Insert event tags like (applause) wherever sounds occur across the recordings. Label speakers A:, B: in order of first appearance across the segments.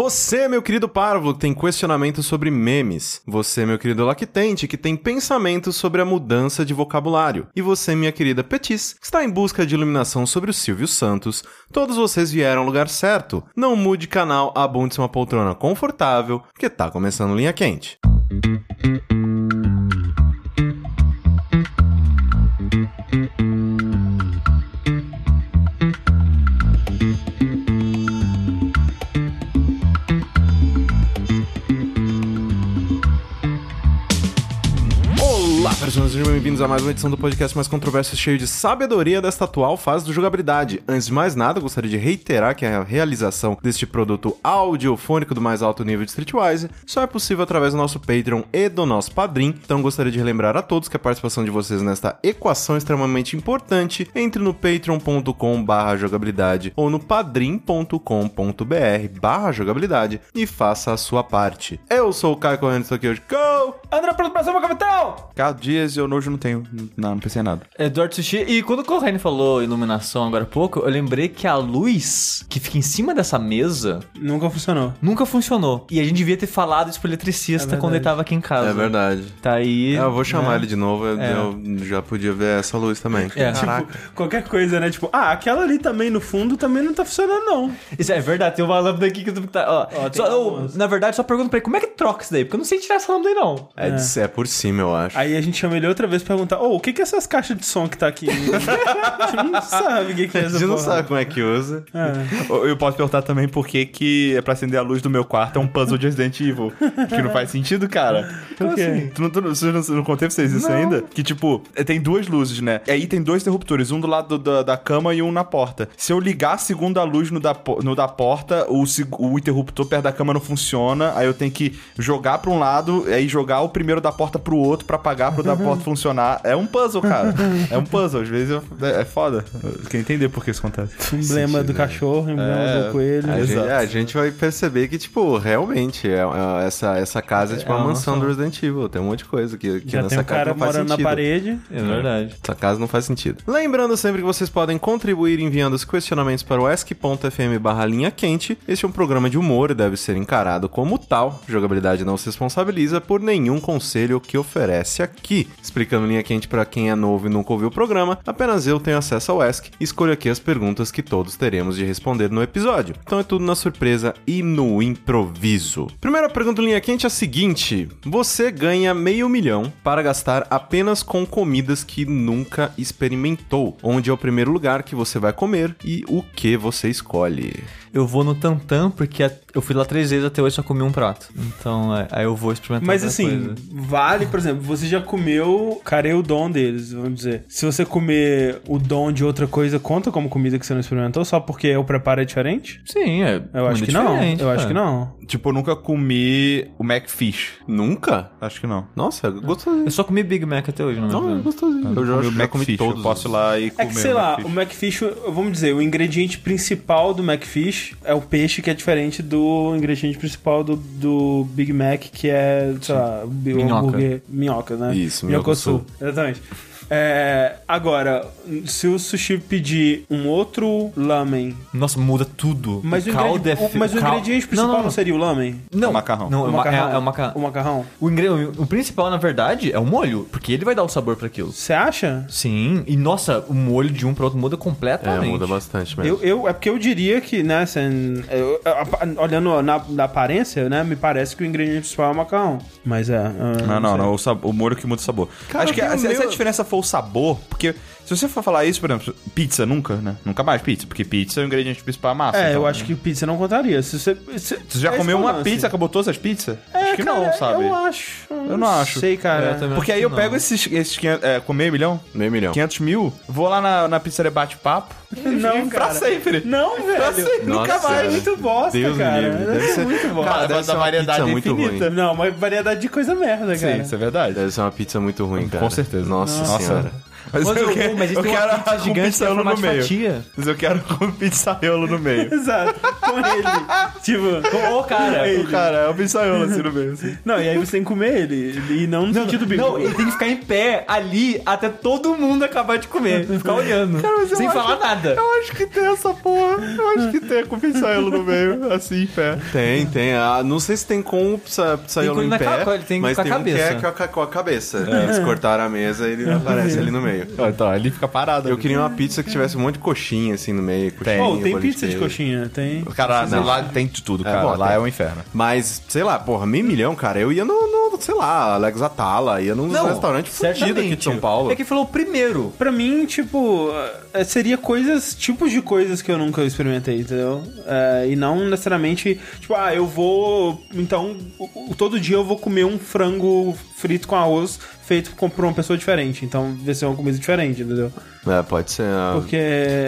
A: Você, meu querido Parvo, que tem questionamentos sobre memes. Você, meu querido Lactente, que tem pensamentos sobre a mudança de vocabulário. E você, minha querida Petis, que está em busca de iluminação sobre o Silvio Santos. Todos vocês vieram ao lugar certo. Não mude canal, abunde-se uma poltrona confortável, que tá começando linha quente. Olá, pessoas, sejam bem-vindos a mais uma edição do podcast mais controverso cheio de sabedoria desta atual fase do jogabilidade. Antes de mais nada, gostaria de reiterar que a realização deste produto audiofônico do mais alto nível de Streetwise só é possível através do nosso Patreon e do nosso Padrim, então gostaria de relembrar a todos que a participação de vocês nesta equação é extremamente importante entre no patreon.com barra jogabilidade ou no padrim.com.br barra jogabilidade e faça a sua parte. Eu sou o Caio Correndo, estou aqui hoje com...
B: André Prosperção, meu capitão!
C: Carro Dias eu nojo não tenho. Não, não pensei em nada.
B: Eduardo Sushi. E quando o Corrêne falou iluminação agora há pouco, eu lembrei que a luz que fica em cima dessa mesa
D: Nunca funcionou.
B: nunca funcionou. E a gente devia ter falado isso pro eletricista
D: É
B: quando ele
D: verdade.
B: tava aqui em casa.
A: É verdade.
B: Tá aí.
A: É, eu vou
D: né?
A: chamar ele de novo, eu,
D: É.
A: eu já podia ver essa luz também.
B: É.
A: Caraca.
D: Qualquer coisa, né? Tipo, ah, aquela ali também no fundo também não tá funcionando, não.
B: Isso é verdade, tem uma lâmpada aqui que tu tá. Ó,
D: Ó, tem
B: só- eu-
D: algumas.
B: na verdade, só pergunto pra ele como é que troca isso daí, porque eu não sei tirar essa lâmpada aí, não.
A: É, de- é por cima, eu acho.
D: Aí a gente chama ele outra vez pra perguntar, ô, o que que é essas caixas de som que tá aqui? (laughs) a gente não sabe o que que é
A: a
D: essa
A: gente não
D: porra.
A: sabe como é que usa.
D: É.
C: Eu eu posso perguntar também por que que é pra acender a luz do meu quarto é um puzzle de Resident Evil. Que não faz sentido, cara.
D: Por quê?
C: Tu não, tu não- você não, não contei pra vocês isso ainda? Que, tipo, é, tem duas luzes, né? E aí tem dois interruptores, um do lado da, da cama e um na porta. Se eu ligar a segunda luz no da, po- no da porta, o, seg- o interruptor perto da cama não funciona, aí eu tenho que jogar pra um lado, aí jogar o primeiro da porta pro outro pra apagar
D: (laughs)
C: pro da porta funcionar. É um puzzle, cara. É um puzzle. Às vezes eu- é, é foda. Quer entender por que isso acontece.
D: Um Emblema
A: Sentido,
D: do
A: né?
D: cachorro, emblema
C: É.
D: do coelho.
A: A gente,
C: Exato.
A: a gente vai perceber que, tipo, realmente, é- é- essa, essa casa é tipo
B: É
A: uma
B: uma
A: mansão do Resident Evil. Tem um monte de coisa que, que
D: Já tem
A: nessa casa
D: um cara
A: não faz
D: morando
A: sentido.
D: na parede.
B: É verdade.
A: Essa casa não faz sentido. Lembrando sempre que vocês podem contribuir enviando os questionamentos para o ask.fm barra linha quente. Este é um programa de humor e deve ser encarado como tal. Jogabilidade não se responsabiliza por nenhum conselho que oferece aqui. Explicando linha quente para quem é novo e nunca ouviu o programa, apenas eu tenho acesso ao ask e escolho aqui as perguntas que todos teremos de responder no episódio. Então é tudo na surpresa e no improviso. Primeira pergunta do linha quente é a seguinte: você ganha meio milhão para gastar apenas com comidas que nunca experimentou. Onde é o primeiro lugar que você vai comer e o que você escolhe?
B: Eu vou no Tantan, porque a- eu fui lá três vezes até hoje só comi um prato. Então, é, aí eu vou experimentar
D: Mas
B: outra
D: assim,
B: coisa.
D: vale, por exemplo, você já comeu careudon deles, vamos dizer. Se você comer o dom de outra coisa, conta como comida que você não experimentou, só porque o preparo é diferente?
B: Sim, é.
D: Eu acho
B: comida
D: que não.
B: diferente,
D: Eu acho
B: é.
D: que não.
C: Tipo, eu nunca comi o McFish.
A: Nunca?
C: Acho que não.
A: Nossa, gostosinho.
B: Eu só comi Big Mac até hoje, não é?
A: Não, é
B: verdade?
A: gostosinho. É Eu já,
C: Comi o
A: já comi
C: McFish,
A: todos.
C: é eu posso ir lá e
D: É
C: comer um
D: que, sei
C: o
D: lá,
C: McFish.
D: o McFish, vamos dizer, o ingrediente principal do McFish é o peixe, que é diferente do ingrediente principal do, do Big Mac, que é, sei lá, o
B: Minhoca.
D: hambúrguer... Minhoca, né?
A: Isso, minhoca
D: minhoca
A: sul.
D: sul. Exatamente. É, agora, se o sushi pedir um outro lamen,
B: Nossa, muda tudo.
D: mas o,
B: caldo
D: ingrediente,
B: é
D: o- mas o
B: cal-
D: ingrediente principal não,
B: não, não, não.
D: seria o lamen?
B: Não,
C: É o macarrão.
B: Não, é o ma- é- é o
D: O
B: macarrão.
D: macarrão?
B: O, ingre- o- o principal, na verdade, é o molho, porque ele vai dar o sabor pra aquilo.
D: Você acha?
B: Sim, e nossa, o molho de um pra outro muda
A: É,
B: completamente.
A: muda bastante mesmo.
D: Eu, eu, é porque eu diria que, né, assim, eu- eu- a- olhando na, na aparência, né, me parece que o ingrediente principal é o macarrão. Mas é. eu
C: Não, não,
D: sei.
C: não. O, sab... o molho que muda o sabor.
A: Cara,
C: Acho que
A: eu
C: a-
A: vi o
C: se, se a
A: meu-
C: diferença for o sabor, porque se você for falar isso, por exemplo, pizza nunca, né? Nunca mais pizza, porque pizza é o ingrediente principal é massa.
D: É,
C: então,
D: eu
C: né?
D: acho que pizza não contaria. Se você, se-
C: Você já
D: é
C: comeu
D: esse
C: uma
D: lance.
C: pizza, acabou todas as pizzas?
D: É,
C: acho que
D: cara,
C: não, sabe?
D: Eu acho. Eu
C: não acho.
D: sei,
B: É,
D: cara.
B: eu também
C: Porque aí
B: acho
C: eu
B: que
C: pego
B: não.
C: esses, esses 500, é, com meio milhão,
A: Meio milhão.
C: 500 mil, vou lá na, na pizzaria bate-papo e
D: Não,
C: e pra
D: cara.
C: sempre.
D: Não,
C: Pra
D: velho.
C: sempre.
A: Nossa,
D: Nunca vai. é
A: velho.
D: Muito bosta,
A: Deus me
D: cara. É
A: livre, deve ser-
D: muito bosta.
C: Cara,
A: deve
C: mas
A: ser
C: a
A: uma pizza
C: variedade é
A: muito
C: infinita.
D: Não, mas variedade de coisa merda, cara.
C: Sim, isso é verdade.
A: Deve ser uma pizza muito ruim, cara.
C: certeza.
A: Nossa,
C: Nossa.
A: senhora.
C: Mas,
B: Mas
C: eu,
B: eu-
C: quero,
B: mas
C: mas
B: isso
C: eu
B: tem uma
C: quero
B: pizza
C: com
B: gigante que é
C: pizzaiolo no
B: formato de (laughs)
C: meio.
B: fatia.
C: Mas eu quero com pizzaiolo no meio.
D: Exato, com
C: (laughs)
D: ele. Tipo,
B: Ô, ô, cara.
C: O cara, é o pizzaiolo assim no meio. assim.
D: não, e aí você tem que comer ele. E não no sentido bíblico.
B: Não, ele tem que ficar em pé ali até todo mundo acabar de comer. Tem que ficar olhando.
C: mas eu
B: sem
C: acho-
B: falar nada.
C: Eu acho que tem essa porra. Eu acho que tem com pizzaiolo no meio, assim, em
B: é.
C: pé.
A: Tem, tem. Ah, não sei se tem com o psa-
B: com
A: Psaiolo
B: ele
A: em
B: na
A: pé,
B: ca- ele tem
A: mas
B: com a
A: tem um que é
B: cabeça.
A: com a, com a cabeça. Eles cortaram a mesa e ele aparece ali no meio.
B: É,
C: Então, ele fica parado.
A: Eu queria uma pizza que tivesse um monte de coxinha assim no meio. Coxinha,
D: Pô, tem
A: bolinho
D: pizza de
A: queijo.
D: coxinha, tem.
C: Cara, lá tem de tudo, cara.
A: bom,
C: lá
A: tem.
C: é o inferno.
A: Mas, sei lá, porra, meio milhão, cara. Eu ia no, no, sei lá, Alex Atala, ia num restaurante fudido aqui de São Paulo.
B: É que falou primeiro.
D: Pra mim, tipo, eh, seria coisas, tipos de coisas que eu nunca experimentei, entendeu? Eh, e não necessariamente, tipo, ah, eu vou. Então, o- o- todo dia eu vou comer um frango frito com arroz feito com- por uma pessoa diferente. Então, vai ser uma comida diferente, entendeu?
A: É, pode ser. ah,
D: Porque.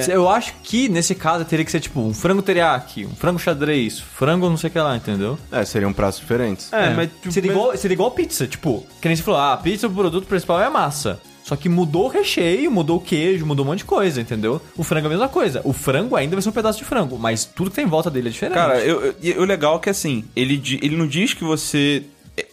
B: Eu acho que nesse caso teria que ser tipo um frango teriyaki, um frango xadrez, frango não sei o que lá, entendeu?
A: É, seriam pratos diferentes.
D: É, mas. tipo,
B: seria,
D: mas-
B: igual, seria igual pizza, tipo, que nem você falou, ah, a pizza, o produto principal é a massa. Só que mudou o recheio, mudou o queijo, mudou um monte de coisa, entendeu? O frango é a mesma coisa. O frango ainda vai ser um pedaço de frango, mas tudo que tem em volta dele é diferente.
C: Cara, eu, eu- e o legal é que assim, ele, di- ele não diz que você.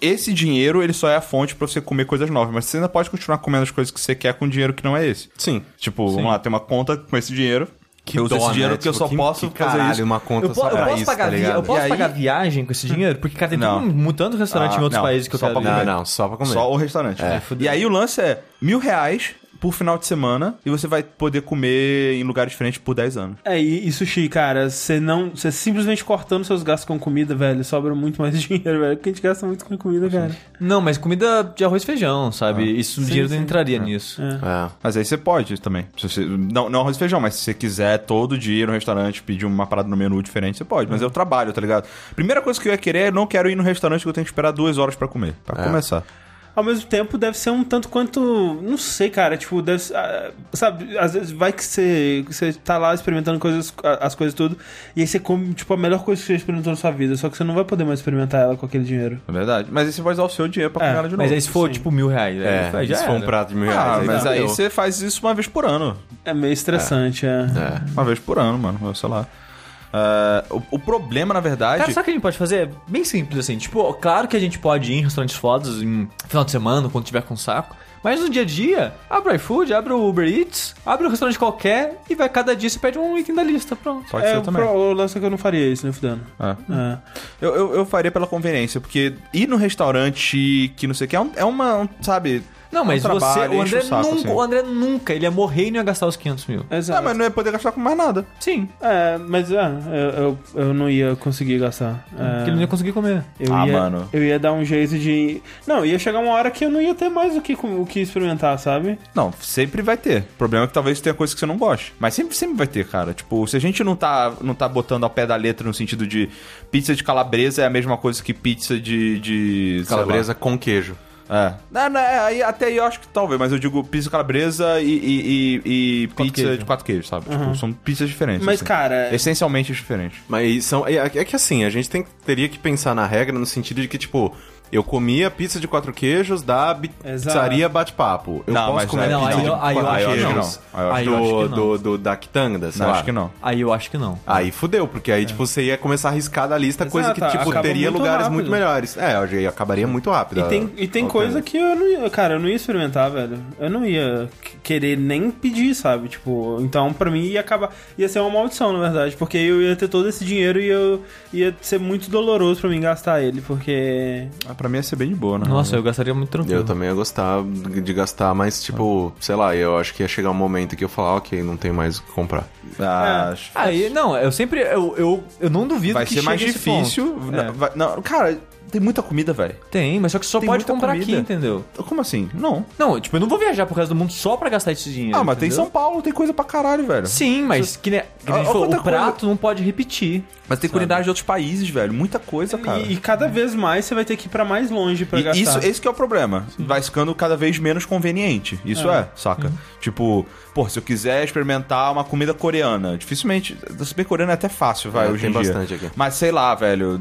C: Esse dinheiro, ele só é a fonte pra você comer coisas novas, mas você ainda pode continuar comendo as coisas que você quer com dinheiro que não é esse.
A: Sim.
C: Tipo, vamos lá, tem uma conta com esse dinheiro. Que eu uso
A: dó,
C: esse
A: né?
C: dinheiro que eu
A: Tipo,
C: só
A: que-
C: posso
A: que
C: fazer
A: caralho,
C: isso.
A: uma conta
B: Eu, po-
A: só
B: eu
A: pra
B: posso
A: isso,
B: pagar,
A: tá
B: vi-
A: ligado?
B: eu posso
C: E aí-
B: pagar viagem com esse dinheiro? Porque, cara, tem
C: Não.
B: tanto, tanto restaurante
C: Ah,
B: em outros
C: não,
B: países que eu
C: só
B: quero
C: pra
B: ir.
A: Não, não, só pra comer.
C: Só o restaurante. É,
B: fudeu.
C: e aí o lance é mil reais por final de semana e você vai poder comer em lugares diferentes por 10 anos.
D: É, e, e sushi, cara, você não. Você simplesmente cortando seus gastos com comida, velho, sobra muito mais (laughs) dinheiro, velho. Porque a gente gasta muito com comida, cara.
B: Não, mas comida de arroz e feijão, sabe? Isso o dinheiro não entraria nisso.
A: Ah. É.
C: Mas aí você pode também. Se você- não, não arroz e feijão, mas se você quiser todo dia ir no restaurante pedir uma parada no menu diferente, você pode. Mas eu trabalho, tá ligado? Primeira coisa que eu ia querer é eu não quero ir no restaurante que eu tenho que esperar duas horas pra comer. Pra começar.
D: Ao mesmo tempo, deve ser um tanto quanto. Não sei, cara. Tipo, deve ser- ah, Sabe, às vezes vai que você, você tá lá experimentando coisas, a- as coisas tudo. E aí você come, tipo, a melhor coisa que você experimentou na sua vida. Só que você não vai poder mais experimentar ela com aquele dinheiro.
C: É verdade. Mas aí você vai usar o seu dinheiro pra
D: É,
C: comer ela de novo.
B: Mas aí se for, tipo, mil reais, aí
A: É,
B: já
A: se for um
B: era.
A: prato de mil reais. tá.
C: Ah, mas aí
A: deu.
C: você faz isso uma vez por ano.
D: É meio estressante, é.
A: É.
C: Uma vez por ano, mano. Eu Sei lá. Ah, o, o problema, na verdade.
B: Cara, sabe o que a gente pode fazer? É bem simples, assim. Tipo, claro que a gente pode ir em restaurantes fodas em final de semana, quando tiver com saco. Mas no dia a dia, abre o iFood, abre o Uber Eats, abre um restaurante qualquer e vai cada dia você pede um item da lista. Pronto.
C: Pode
D: é,
C: ser
D: o
C: também.
D: pro- o lance é que eu não faria isso, né, fudendo.
C: É.
D: É.
C: Eu, eu, eu faria pela conveniência, porque ir no restaurante que não sei o que é, um- é uma. um, sabe?
B: Não, mas
C: é um
B: você.
C: trabalho,
B: O
C: enche
B: André,
C: saco,
B: nunca,
C: assim.
B: o André nunca, ele ia morrer e não ia gastar os 500 mil.
D: É, Exato.
C: Ah, mas não ia poder gastar com mais nada.
B: Sim,
D: É, mas é, eu, eu, eu não ia conseguir gastar. É.
C: Hum,
B: porque ele não ia conseguir comer.
D: Eu
C: Ah,
D: ia,
C: mano.
D: Eu ia dar um jeito de. Não, ia chegar uma hora que eu não ia ter mais o que, com- o que experimentar, sabe?
C: Não, sempre vai ter. O problema é que talvez tenha coisa que você não goste. Mas sempre, sempre vai ter, cara. Tipo, se a gente não tá, não tá botando ao pé da letra no sentido de pizza de calabresa é a mesma coisa que pizza de. de sei lá.
A: Calabresa com queijo.
C: É. Não, não, é, aí, até aí eu acho que talvez, mas eu digo pizza de calabresa e, e- e- e pizza
B: queijos.
C: de quatro queijos, sabe? Tipo, são pizzas diferentes.
D: Mas,
C: assim.
D: cara. é-
C: Essencialmente diferentes.
A: Mas são, é, é que assim, a gente tem, teria que pensar na regra no sentido de que, tipo, eu comia pizza de quatro queijos da bi-
D: Exato.
A: pizzaria Bate-Papo. Eu
C: Não,
A: posso
C: mas é
A: comer
B: não,
A: pizza
B: aí
A: de
B: eu- aí eu
A: quatro
B: acho que
A: queijos
C: não. Aí eu
B: acho- eu acho
A: do,
B: que
A: do, do- da quitanda, sei
C: Não,
A: lá.
C: acho que não.
B: Aí eu acho que não.
A: Aí fudeu, porque aí, tipo, você ia começar a riscar da lista coisa que,
D: É. Exato,
A: tipo,
D: acaba
A: teria
D: muito
A: lugares
D: rápido.
A: muito melhores. É, eu já- eu acabaria muito rápido.
D: E tem, e tem
A: Ok.
D: coisa que eu não ia, cara, eu não ia experimentar, velho. Eu não ia qu- querer nem pedir, sabe? Tipo, então pra mim ia acabar. Ia ser uma maldição, na verdade. Porque eu ia ter todo esse dinheiro e eu ia ser muito doloroso pra mim gastar ele. Porque.
C: Ah, pra mim ia ser bem de boa, né?
B: Nossa, eu gastaria muito tranquilo.
A: Eu também ia gostar de gastar, mas, tipo, sei lá, eu acho que ia chegar um momento que eu falar, ok, não tem mais o que comprar.
C: Ah, acho-
B: Aí, não, eu sempre. Eu, eu, eu não duvido
C: Vai
B: que
C: ser mais
B: chegue esse ponto.
C: difícil. né? Não, É. vai- não, cara, tem muita comida, velho.
B: Tem, mas só que só
C: Tem
B: pode
C: muita
B: comprar aqui,
C: comida.
B: entendeu?
C: Como assim? Não.
B: Não, tipo, eu não vou viajar pro resto do mundo só pra gastar esse dinheiro.
C: Ah, mas tem
B: entendeu?
C: São Paulo, tem coisa pra caralho, velho.
B: Sim, mas que, nem que nem a
C: Olha
B: gente falou,
C: quanta
B: o prato não pode repetir.
C: Mas tem culinária de outros países, velho. Muita coisa, cara.
D: E, e cada vez mais você vai ter que ir pra mais longe pra
C: é E
D: gastar.
C: isso, esse que é o problema. Vai ficando cada vez menos conveniente. Isso é, saca?
D: Uhum.
C: Tipo, pô, se eu quiser experimentar uma comida coreana, dificilmente. Se bem coreana é até fácil, vai,
A: É,
C: hoje
A: tem
C: em dia.
A: bastante aqui.
C: Mas sei lá, velho.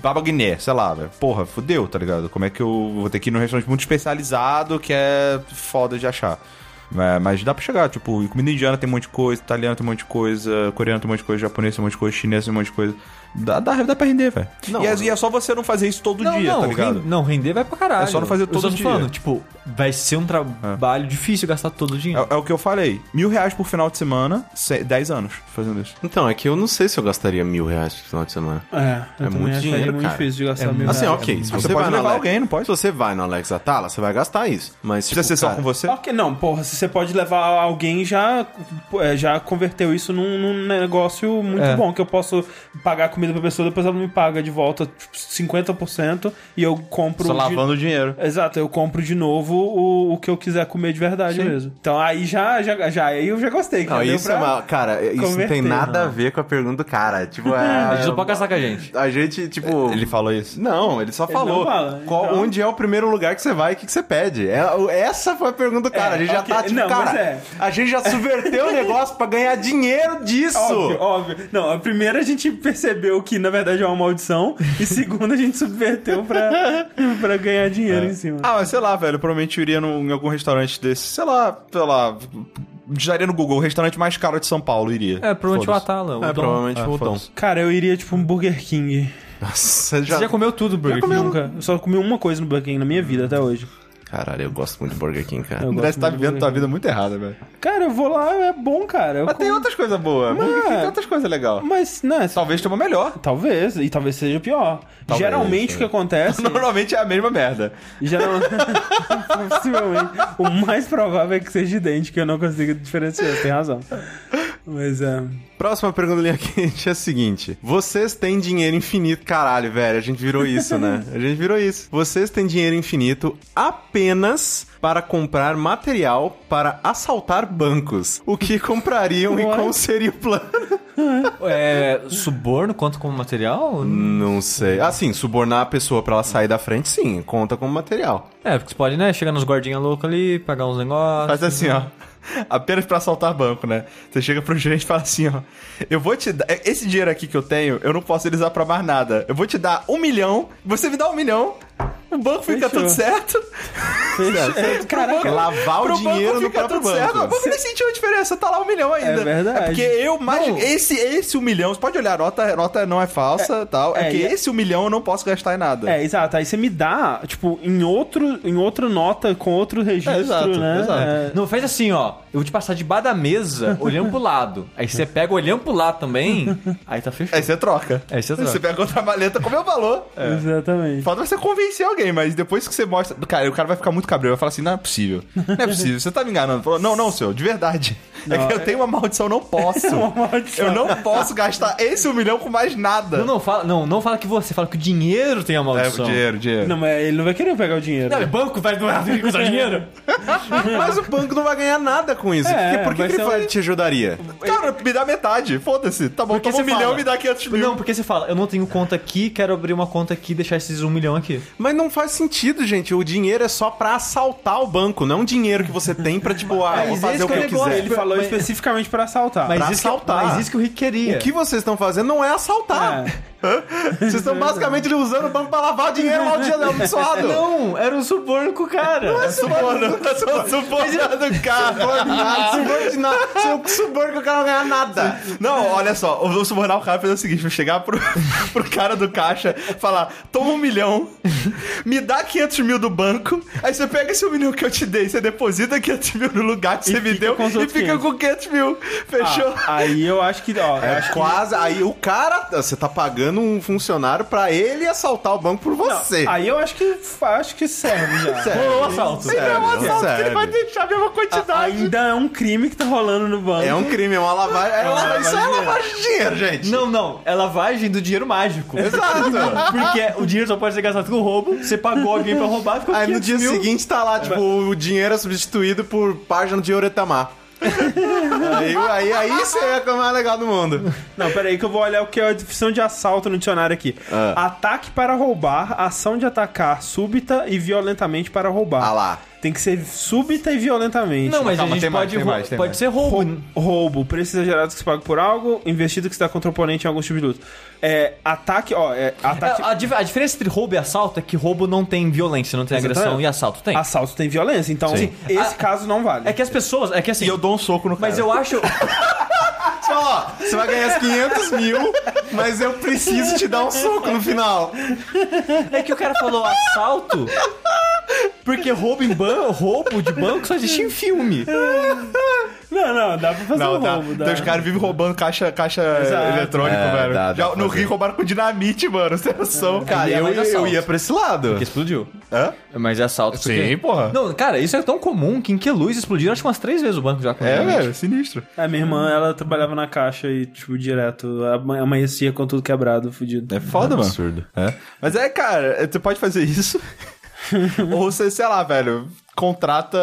C: Baba Guiné, sei lá, velho. Porra, fudeu, tá ligado? Como é que eu vou ter que ir num restaurante muito especializado que é foda de achar? É, mas dá pra chegar, tipo, comida indiana tem um monte de coisa, italiana tem um monte de coisa, coreana tem um monte de coisa, japonês tem um monte de coisa, chinês tem um monte de coisa. Dá, dá, dá pra render, velho.
A: Não.
C: E, é- e é só você não fazer isso todo
B: não,
C: dia,
B: não,
C: tá ligado?
B: ren- não, render vai pra caralho.
C: É só não fazer
B: Eu
C: todo
B: só tô
C: dia.
B: falando, tipo, vai ser um trabalho difícil gastar todo o dinheiro.
C: É, é o que eu falei. Mil reais por final de semana, se- dez anos fazendo isso.
A: Então, é que eu não sei se eu gastaria mil reais no final de semana.
D: É, eu
A: É
D: também
A: muito
D: acharia
A: dinheiro,
D: muito
A: cara.
D: difícil de gastar
B: É
D: mil
B: muito-
A: Assim,
D: reais.
A: ok. Se
C: Mas
A: você,
C: você pode
A: vai no
C: levar
A: Alex-
C: alguém, não pode?
A: Se você vai no Alex Atala, você vai gastar isso. Mas, tipo,
C: Precisa ser só
A: cara,
C: com você?
D: Ok, não, porra, se você pode levar alguém, já, é, já converteu isso num, num negócio muito
B: É.
D: bom, que eu posso pagar comida pra pessoa, depois ela me paga de volta tipo, 50% e eu compro...
C: Só
D: de-
C: lavando o dinheiro.
D: Exato, eu compro de novo o, o que eu quiser comer de verdade mesmo. Então aí já, já, já aí eu já gostei.
A: Não,
D: já deu
A: isso
D: pra-
A: é uma... Cara, isso não tem
D: converter,
A: nada a ver com a pergunta do cara. Tipo,
B: A gente
A: é...
B: não pode gastar com a gente.
A: A gente, tipo...
C: Ele falou isso.
A: Não, ele só falou.
D: não fala,
A: qual-
D: então-
A: Onde é o primeiro lugar que você vai e o que, que você pede? É, o- essa foi a pergunta do cara.
D: É,
A: a gente já
D: ok.
A: tá, tipo,
D: Não, mas
A: cara,
D: é.
A: a gente já subverteu o negócio pra ganhar dinheiro disso.
D: Óbvio, óbvio. Não, a primeira a gente percebeu que na verdade é uma maldição, e segunda a gente subverteu pra, pra ganhar dinheiro
A: É.
D: em cima.
C: Ah, mas sei lá, velho. Provavelmente eu iria num- em algum restaurante desse. Sei lá, sei lá. Digitaria no Google, o restaurante mais caro de São Paulo iria.
B: É, provavelmente o
C: Foda-se.
B: Atala. O
A: É,
B: Dom.
A: provavelmente
C: Ah,
A: o Dom.
C: foda-se.
D: Cara, eu iria tipo um Burger King.
A: Nossa,
B: Você já comeu tudo, Burger King?
C: um
D: Nunca. Eu só comi uma coisa no Burger King na minha vida até hoje.
A: Caralho, eu gosto muito de Burger King, cara.
D: Eu
C: André,
D: gosto
C: você tá
D: muito
C: vivendo
D: do
C: tua vida muito errada, velho.
D: Cara, eu vou lá, é bom, cara. Eu
C: Mas tem
D: como- é.
C: outras coisas boas. Burger King Tem outras coisas legais.
D: Mas, não, é só-
C: Talvez tenha uma melhor.
D: talvez, e talvez seja pior. Geralmente o que
C: (laughs)
D: acontece.
C: Normalmente é a mesma merda.
D: Geral... (laughs) Possivelmente. O mais provável é que seja idêntico, eu não consigo diferenciar, você tem razão. Mas é.
A: Próxima pergunta da linha quente é a seguinte: Vocês têm dinheiro infinito. Caralho, velho, a gente virou isso, né? A gente virou isso. Vocês têm dinheiro infinito apenas para comprar material para assaltar bancos. O que (laughs) comprariam e qual seria o plano?
B: É, suborno conta como material?
A: Não sei. Assim, subornar a pessoa para ela sair da frente, sim, conta como material.
B: É, porque você pode, né, chegar nos guardinhas loucos ali, pegar uns negócios.
C: Faz assim, ó. (laughs) Apenas pra assaltar banco, né? Você chega pro gerente e fala assim, ó. Eu vou te dar. Esse dinheiro aqui que eu tenho, eu não posso utilizar pra mais nada. Eu vou te dar um milhão, você me dá um milhão, o banco fica
D: Fechou.
C: tudo certo.
D: Fecha- Caraca,
A: Lavar o
C: pro
A: dinheiro
C: banco
A: no
C: fica
A: próprio
C: tudo certo. O
A: banco.
C: banco nem sentiu a diferença, tá lá um milhão ainda.
D: É verdade.
C: porque eu mais.
D: Não.
C: Esse, esse um milhão, você pode olhar, a nota, a nota não é falsa tal. É,
D: é,
C: que
D: e é-
C: esse um milhão eu não posso gastar em nada.
D: É, exato. Aí você me dá, tipo, em, outro, em outra nota, com outro registro,
C: É, exato,
D: né?
C: exato.
D: É.
B: Não, faz assim, ó. Eu vou te passar debaixo da mesa, olhando pro lado. Aí
C: (laughs)
B: você pega olhando pro lado também, aí tá fechado.
C: Aí você troca.
B: Aí você troca.
C: Você pega outra maleta com o meu valor. É.
D: Exatamente. (laughs)
C: Falta você convencer alguém, mas depois que você mostra. Cara, o cara vai ficar muito cabreiro, vai falar assim: não é possível. Não é possível, você tá me enganando. Falou, não, não, senhor, de verdade. é que eu tenho uma maldição, eu não posso.
D: maldição.
C: eu não posso gastar esse um milhão com mais nada.
B: Não, não, fala, não, não fala que você, fala que o dinheiro tem a
C: É,
B: maldição.
C: dinheiro, dinheiro.
D: Não, mas ele não vai querer pegar o dinheiro. né?
B: Não, o banco vai doar tem que usar dinheiro?
A: Mas o banco não vai ganhar nada com isso.
D: É,
A: porque por que
D: vai
A: que ele
D: ser
A: vai-
D: um-
A: te ajudaria?
C: Cara, me dá metade, foda-se. Tá bom,
B: Porque
C: toma um
B: você
C: milhão,
B: fala.
C: me dá 500 mil.
B: (laughs) Não, porque você fala, eu não tenho conta aqui, quero abrir uma conta aqui e deixar esses um milhão aqui.
A: Mas não faz sentido, gente. O dinheiro é só pra assaltar o banco, não é um dinheiro que você tem pra, tipo, ah, vou
B: Mas
A: fazer
B: esse
A: o que
B: que é
A: eu
B: o negócio,
A: quiser.
D: Ele falou
B: Mas-
D: especificamente pra assaltar.
B: Mas
A: Pra
B: isso, que-
A: assaltar.
B: mas isso que o Rick queria.
A: O que vocês estão fazendo não é assaltar.
D: É.
A: Vocês estão basicamente usando o banco pra lavar o dinheiro lá do dia abençoado.
B: (laughs) Não, era um suborno com o cara.
C: suborno, suborno do cara.
A: Seu suborno que o cara não ganhar nada.
C: Não, olha só, eu vou subornar o cara fazer o seguinte: vou chegar pro, (laughs) pro cara do caixa, falar, toma um milhão, me dá 500 mil do banco, aí você pega esse um milhão que eu te dei, você deposita 500 mil no lugar que você me
D: fica
C: deu
D: com os
C: e
D: outros
C: fica
D: 500.
C: com 500 mil. Fechou?
D: Ah, aí eu acho que, ó, eu
A: É
D: acho que
A: quase. Aí o cara. Você tá pagando um funcionário pra ele assaltar o banco por você.
D: Aí eu acho que acho que serve já.
B: Rolou o assalto.
A: Sério,
C: é um assalto que
A: sério.
C: ele vai deixar a mesma quantidade.
D: Ainda é um crime que tá rolando no banco.
A: É um crime, é uma lavagem. É uma-
D: lavagem
A: isso é
D: de
A: lavagem de dinheiro, gente.
B: Não, não, é lavagem do dinheiro mágico.
A: Exato.
B: Porque o dinheiro só pode ser gastado com roubo, você pagou alguém pra roubar, ficou
A: Aí no
B: 500
A: dia
B: mil.
A: seguinte tá lá, tipo, o dinheiro é substituído por página de Oretamar. aí, aí, aí você é a coisa mais legal do mundo.
D: Não, peraí que eu vou olhar o que é a definição de assalto no dicionário aqui.
A: Ah.
D: Ataque para roubar, ação de atacar súbita e violentamente para roubar.
A: Ah lá.
D: Tem que ser súbita e violentamente.
B: (laughs) Não, mas
C: Calma,
B: a gente
C: tem mais,
B: pode,
C: tem
B: rou-
C: mais, tem
B: pode
C: mais.
B: ser roubo.
D: Rou- Roubo, preço exagerado que se paga por algo, investido que se dá contra o oponente em alguns tipos de luta. É, ataque, ó, é, ataque.
B: É, A, dif- a diferença entre roubo e assalto é que roubo não tem violência, não tem
D: Exatamente.
B: agressão e assalto tem.
D: Assalto tem violência, então
B: Sim.
D: esse
B: A-
D: caso não vale.
B: É que as pessoas. É que assim.
C: E eu dou um soco no cara.
B: Mas eu acho.
A: Você fala, ó, você vai ganhar os 500 mil, mas eu preciso te dar um soco no final.
B: É que o cara falou assalto. Porque roubo em banco, roubo de banco só existe em filme.
D: Não, não, dá pra fazer
C: Não,
D: um
C: dá.
D: roubo. dá.
C: Então os caras vivem roubando caixa, caixa
D: Exato.
C: eletrônico,
A: É,
C: velho.
A: dá, dá
C: Já-
A: pra
C: no
A: fazer.
C: Rio roubaram com dinamite, mano. Você tem noção.
A: Cara,
B: E é
A: eu,
B: mais
A: eu
B: assalto.
A: ia pra esse lado.
B: Que explodiu.
C: Hã?
B: Mas é assalto. porque-
C: Sim, porra.
B: Não, cara, isso é tão comum que em que luz explodiram acho que umas três vezes o banco já. com
C: É,
B: dinamite.
C: velho, sinistro.
D: A É, minha irmã, ela trabalhava na caixa e, tipo, direto, ama- amanhecia com tudo quebrado, fudido.
C: É foda, mano.
A: Absurdo.
C: É. Mas é, cara, você pode fazer isso. Ou você, sei lá, velho, contrata,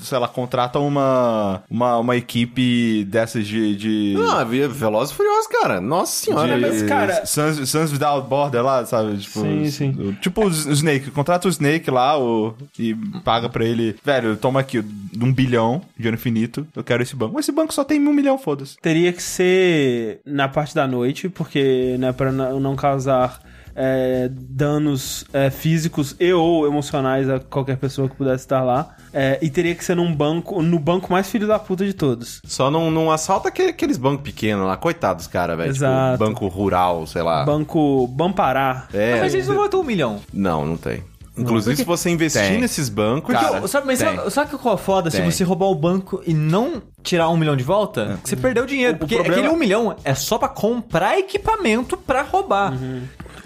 C: sei lá, contrata uma, uma, uma equipe dessas de... de...
A: Não, né, havia Veloz e Furioso, cara. Nossa senhora.
D: De-
A: velho.
D: mas, cara-
C: Sans, Sans Without Border lá, sabe? Tipo,
D: Sim, sim.
C: o- Tipo o Snake. Contrata o Snake lá o, e paga pra ele. Velho, toma aqui um bilhão, dinheiro infinito. Eu quero esse banco. Esse banco só tem um milhão, foda-se.
D: Teria que ser na parte da noite, porque, né, pra n- não causar é, danos é, físicos e ou emocionais a qualquer pessoa que pudesse estar lá. É, e teria que ser num banco, no banco mais filho da puta de todos.
A: Só não, não assalta aquele- aqueles bancos pequenos lá. Coitados, cara, velho. Tipo,
D: Exato.
A: banco rural, sei lá.
D: Banco Bampará.
A: Ah. É.
B: Ah, mas eles não vão ter um milhão.
A: Não, não tem. Inclusive,
B: Porque-
A: se você investir
C: Tem.
A: nesses bancos,
B: Porque,
A: cara,
B: eu- sabe, mas
A: tem.
B: sabe, sabe qual é foda?
A: Tem.
B: Se você roubar o banco e não tirar um milhão de volta, você perdeu dinheiro. porque
C: problema-
B: aquele um milhão é só pra comprar equipamento pra roubar.